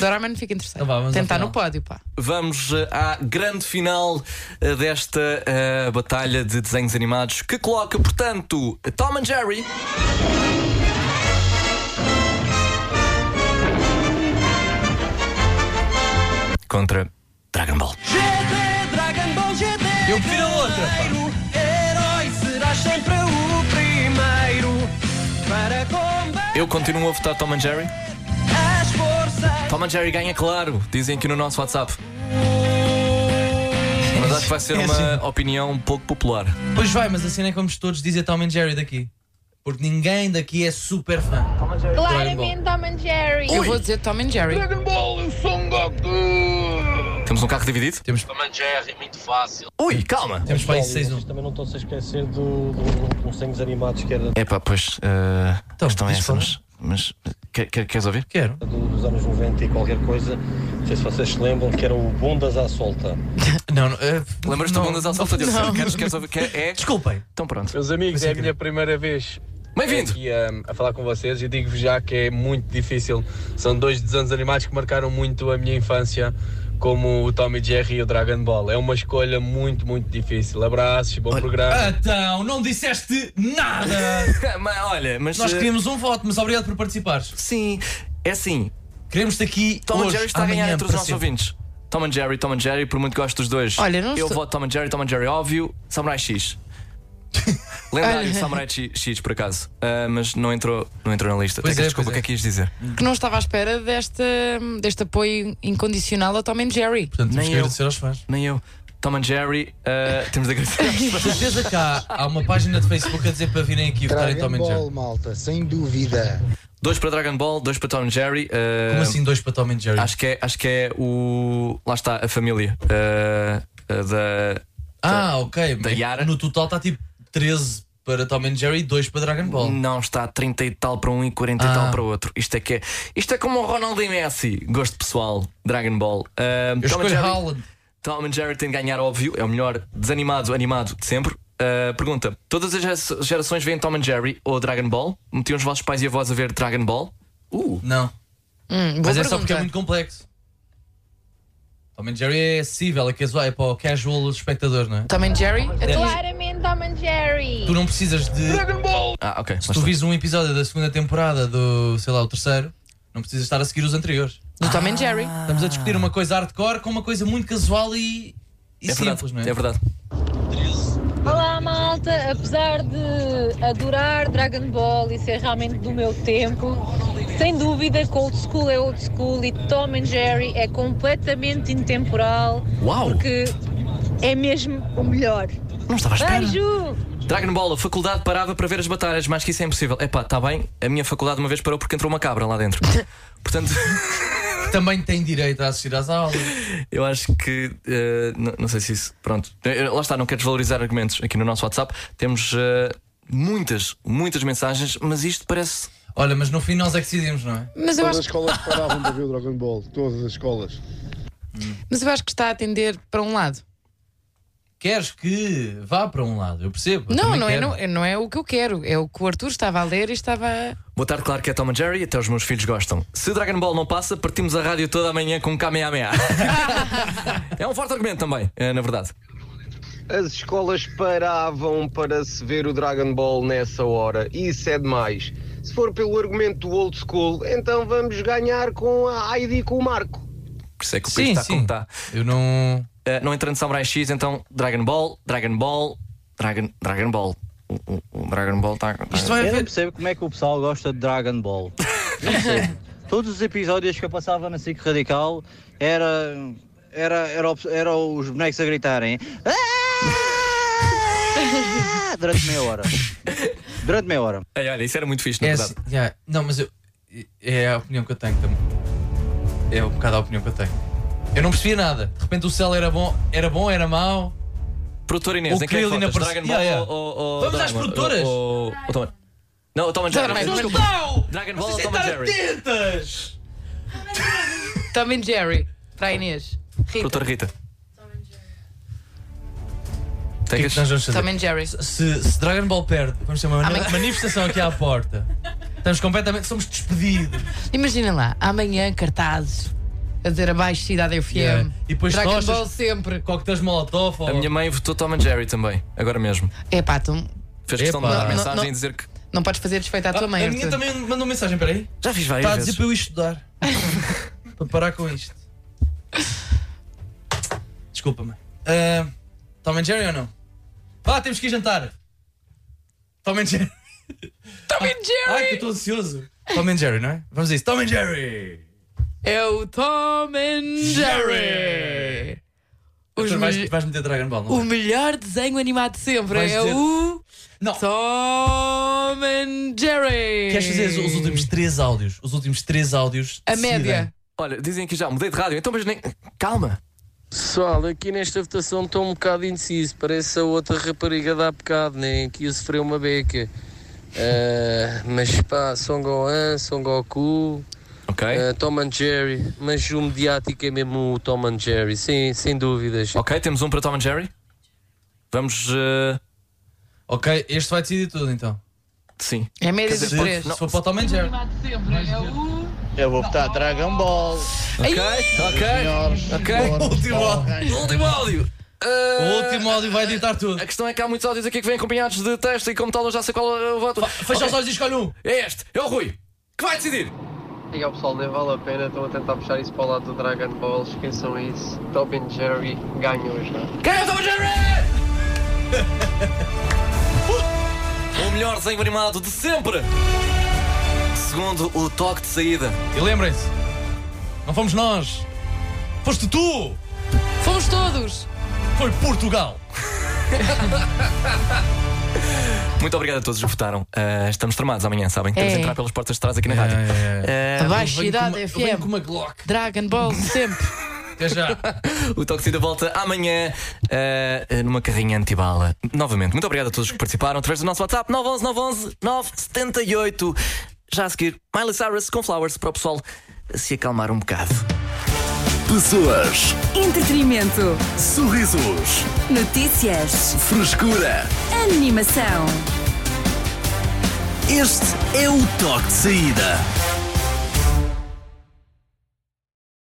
S4: Doraemon fica interessante.
S7: Então vá, vamos ao
S4: Tentar no
S7: final.
S4: pódio, pá.
S3: Vamos eh, à grande final eh, desta eh, batalha de desenhos animados que coloca, portanto, Tom and Jerry. Contra Dragon Ball.
S5: GT, Dragon Ball GT.
S7: Eu prefiro a outra, pá.
S5: guerreiro, Herói serás sempre o primeiro para combater
S3: Eu continuo a votar Tom and Jerry.
S5: as forças.
S3: Tom and Jerry ganha, claro, dizem aqui no nosso WhatsApp. Mas acho que vai ser
S7: É
S3: uma opinião um pouco popular.
S7: Pois vai, mas assim não é que vamos todos dizer Tom and Jerry daqui. Porque ninguém daqui é super fã.
S28: Claramente Tom and Jerry.
S4: Eu vou dizer Tom and Jerry.
S3: Temos um carro dividido?
S7: Temos.
S6: Jerry, muito fácil.
S3: Ui, calma!
S7: Temos para aí
S6: Vocês
S7: 6-1.
S6: também não estão-se a esquecer do, do, do, dos desenhos animados que era
S3: É pá, pois. eh, a questão é
S7: Então, diz
S3: essa, mas. mas quer- quer- queres ouvir?
S7: Quero.
S6: do- dos anos 90 e qualquer coisa. Não sei se vocês se lembram que era o Bundas à Solta.
S7: Não, não. eh,
S3: Lembras-te do
S7: não.
S3: Bundas à solta de
S4: Não.
S3: Queres, queres ouvir? Quer, é?
S7: Desculpem.
S3: Então pronto.
S15: Meus amigos, é a minha primeira vez
S3: Bem-vindo.
S7: É
S15: aqui hum, a, falar com vocês e digo-vos já que é muito difícil. São dois desenhos animados que marcaram muito a minha infância, como o Tom e Jerry e o Dragon Ball. É uma escolha muito, muito difícil. Abraços, bom programa.
S7: Então, não disseste nada.
S3: *laughs* Mas, olha, mas.
S7: Nós
S3: eh,
S7: queríamos um voto, mas obrigado por participares.
S3: Sim, é assim.
S7: Queremos-te aqui.
S3: Tom and
S7: hoje,
S3: Jerry está a ganhar
S7: amanhã,
S3: entre os
S7: para
S3: nossos
S7: sempre.
S3: ouvintes. Tom and Jerry, Tom and Jerry, por muito que gosto dos dois.
S4: Olha, não
S3: Eu
S4: estou-
S3: voto Tom and Jerry, Tom and Jerry, óbvio. Samurai
S7: *laughs*
S3: X. Lendário
S4: Olha.
S3: Samurai X, X, por acaso. Ah, mas não entrou, não entrou na lista.
S7: Pois
S3: Tecas,
S7: é,
S3: desculpa, o
S7: pois
S3: que é que ias dizer?
S4: Que não estava à espera deste, deste apoio incondicional ao Tom and Jerry.
S7: Portanto, temos
S3: Nem
S7: que
S3: eu.
S7: agradecer aos fãs.
S3: Nem eu. Tom and Jerry, uh,
S7: *laughs*
S3: temos de agradecer.
S7: De certeza que há, há uma página de Facebook a dizer para virem aqui votar em Tom and Jerry.
S20: malta, sem dúvida.
S3: Dois para Dragon Ball, dois para Tom and Jerry. uh,
S7: Como assim dois para Tom and Jerry?
S3: Acho que é, acho que é o. Lá está, a família uh, uh, da.
S7: Ah, ok. No total está tipo 13 para Tom and Jerry e 2 para Dragon Ball.
S3: Não, está 30 e tal para um e 40 e
S7: Ah.
S3: tal para outro. Isto é que é. Isto é como o Ronaldo e Messi. Gosto pessoal, Dragon Ball. Um,
S7: Eu
S3: Tom and
S7: escolho
S3: Jerry-
S7: Haaland.
S3: Tom and Jerry tem de ganhar, óbvio. É o melhor desanimado, animado de sempre. Uh, pergunta: Todas as gera- gerações veem Tom and Jerry ou Dragon Ball? Metiam os vossos pais e avós a ver Dragon Ball? Uh.
S7: Não.
S4: Hum, boa
S7: Mas é só
S4: pergunta.
S7: porque é muito complexo. Tom and Jerry é acessível, é, casual, é para o casual espectador, não é?
S4: Tom and Jerry?
S7: É.
S28: Claramente Tom and Jerry.
S7: Tu não precisas de.
S3: Ah, ok.
S7: Se tu vis um episódio da segunda temporada do, sei lá, o terceiro, não precisas estar a seguir os anteriores.
S4: Do Tom and Jerry.
S7: Estamos a discutir uma coisa hardcore com uma coisa muito casual e, e
S3: É verdade,
S7: simples, não é?
S3: é verdade.
S8: Olá malta, apesar de adorar Dragon Ball e ser realmente do meu tempo, sem dúvida que Old School é Old School e Tom and Jerry é completamente intemporal
S3: Uau!
S8: porque é mesmo o melhor.
S3: Não estava à espera.
S8: Beijo!
S3: Dragon Ball, a faculdade parava para ver as batalhas, mais que isso é impossível. Epá, está bem, a minha faculdade uma vez parou porque entrou uma cabra lá
S7: *laughs*
S3: dentro. Portanto, *laughs*
S7: Também tem direito a assistir às aulas.
S3: eu acho que. eh, não, não sei se isso. Pronto. Eh, Lá está, não quero desvalorizar argumentos aqui no nosso WhatsApp. Temos eh, muitas, muitas mensagens, mas isto parece.
S7: Olha, mas no fim nós é que decidimos, não é?
S4: Mas eu
S10: Todas
S4: acho
S10: as escolas paravam de ver o Dragon Ball, todas as escolas.
S4: Mas eu acho que está a atender para um lado.
S7: Queres que vá para um lado, eu percebo. eu
S4: não,
S7: também
S4: não é,
S7: quero.
S4: não, é- não é o que eu quero. É o que o Arthur estava a ler e estava. a-
S3: Boa tarde, claro que é Tom and Jerry, até os meus filhos gostam. Se Dragon Ball não passa, partimos a rádio toda amanhã com um
S7: *laughs*
S3: Kamehameha. é um forte argumento também, eh, na verdade.
S9: As escolas paravam para se ver o Dragon Ball nessa hora. Isso é demais. Se for pelo argumento do old school, então vamos ganhar com a Heidi e com o Marco.
S3: Por isso é que o
S7: Sim,
S3: país está
S7: sim.
S3: como está.
S7: Eu não.
S3: Eh, não entrando Samurai X, então Dragon Ball, Dragon Ball, Dragon, Dragon Ball. O, o- o Dragon Ball tá- está.
S16: eu não percebo como é que o pessoal gosta de Dragon Ball. Não percebo. Todos os episódios que eu passava na SIC Radical era, era, era, o- era os bonecos a gritarem "Ah!" durante meia hora. Durante meia hora.
S3: Ei, olha, isso era muito fixe, na
S7: É
S3: verdade.
S7: assim, yeah, Não, mas eu, é a opinião que eu tenho também. É um bocado a opinião que eu tenho. Eu não percebia nada. De repente o céu era bom, era bom, era mau.
S3: Produtor Inês,
S7: o
S3: em quem é que
S7: Krillin
S3: votas?
S7: aparecia.
S3: Dragon Ball
S7: Yeah, yeah.
S3: ou- ou- ou
S7: Vamos às
S3: Dragon-
S7: produtoras!
S3: ou- ou- ou Tom and- Não, o Tom and Jerry.
S4: Dragon Ball.
S3: Desculpa. Dragon Ball
S7: Oh,
S3: ou é Tom and Jerry?
S7: Atentas!
S4: Tom and Jerry. Para a Inês. Rita.
S3: Doutora Rita.
S7: O que é que nós vamos fazer?
S4: Tom and Jerry.
S7: Se, se Dragon Ball perde, vamos ter uma mani-
S4: Amanhã.
S7: manifestação aqui à porta. Estamos completamente. Somos despedidos.
S4: Imaginem lá, amanhã cartazes a dizer abaixo Cidade FM.
S3: Yeah.
S7: E depois
S4: Dragon
S7: tochas,
S4: Ball sempre.
S7: Coquetéis molotov ou.
S3: A minha mãe votou Tom and Jerry também, agora mesmo.
S4: É pá, tu
S3: Fez questão de
S7: Epá.
S3: mandar
S7: Não, não,
S3: mensagem
S4: não.
S3: e dizer que.
S4: não podes fazer desfeita à tua mãe.
S7: Ah, a minha
S4: Arthur.
S7: também mandou mensagem, peraí.
S3: Já fiz várias
S7: Está Tá a dizer
S3: vezes.
S7: para eu ir estudar.
S3: *laughs*
S7: para parar com isto. Desculpa, mãe. Ah, Tom and Jerry ou não? Vá, temos que ir jantar. Tom and
S4: *laughs*
S7: Jerry. Tom and Jerry! Ai, que eu estou ansioso. Tom and Jerry, não é? Vamos a isso. Tom and Jerry!
S4: É o Tom and Jerry. Os
S7: Arthur, Então vais,
S4: melhor-
S7: vais meter Dragon Ball, não
S4: O
S7: é?
S4: melhor desenho animado de sempre
S7: Vais
S4: é
S7: dizer-
S4: o. Tom and Jerry.
S7: Queres fazer os, os últimos três áudios? Os últimos três áudios.
S4: A
S7: decidem.
S4: média.
S3: Olha, dizem aqui já, mudei de rádio, então mas nem. Calma!
S21: Pessoal, aqui nesta votação estou um bocado indeciso. Parece a outra rapariga da bocado, nem que eu sofreu uma beca. Ah, mas pá, Son Gohan, Son Goku, ah, Tom and Jerry. Mas o mediático é mesmo o Tom and Jerry, sim, sem dúvidas.
S3: Ok, temos um para Tom and Jerry. Vamos. eh,
S7: Ok, este vai decidir tudo então.
S3: Sim.
S4: É média
S7: Quer dizer,
S4: de
S7: se-
S4: três.
S7: Se for para o Tom and Jerry.
S23: Eu vou votar Dragon Ball.
S7: Ok,
S23: Senhores, senhores,
S7: Último áudio.
S3: Último áudio. Ah,
S7: O último áudio vai ditar tudo.
S3: A questão é que há muitos áudios aqui que vêm acompanhados de texto e, como tal, eu já sei qual eu voto.
S7: Fecha os olhos e escolhe um.
S3: É este, é o Rui, que vai decidir.
S21: E ao pessoal, nem vale a pena. Estão a tentar puxar isso para o lado do Dragon Ball. Esqueçam isso. Tom and Jerry ganha hoje, não é?
S3: Quem é o Tom and Jerry? *laughs* O melhor desenho animado de sempre. Segundo o toque de saída.
S7: E lembrem-se, não fomos nós. Foste tu!
S4: Fomos todos.
S7: Foi Portugal.
S3: Muito obrigado a todos que votaram. Ah, estamos tramados amanhã, sabem? Temos de
S4: É. Tá
S3: entrar pelas portas de trás aqui na rádio. Ah,
S4: Abaixo
S3: venho com
S4: idade
S3: uma-
S4: FM.
S3: venho
S4: Dragon Ball sempre.
S7: Até já.
S3: O Toxida volta amanhã eh, eh, numa carrinha antibala. Novamente, muito obrigado a todos que participaram através do nosso WhatsApp 911 911 978. Já a seguir, Miley Cyrus com Flowers para o pessoal se acalmar um bocado.
S11: Pessoas,
S12: Entretenimento.
S11: sorrisos,
S12: Notícias.
S11: frescura.
S12: Animação.
S11: Este é o toque de saída.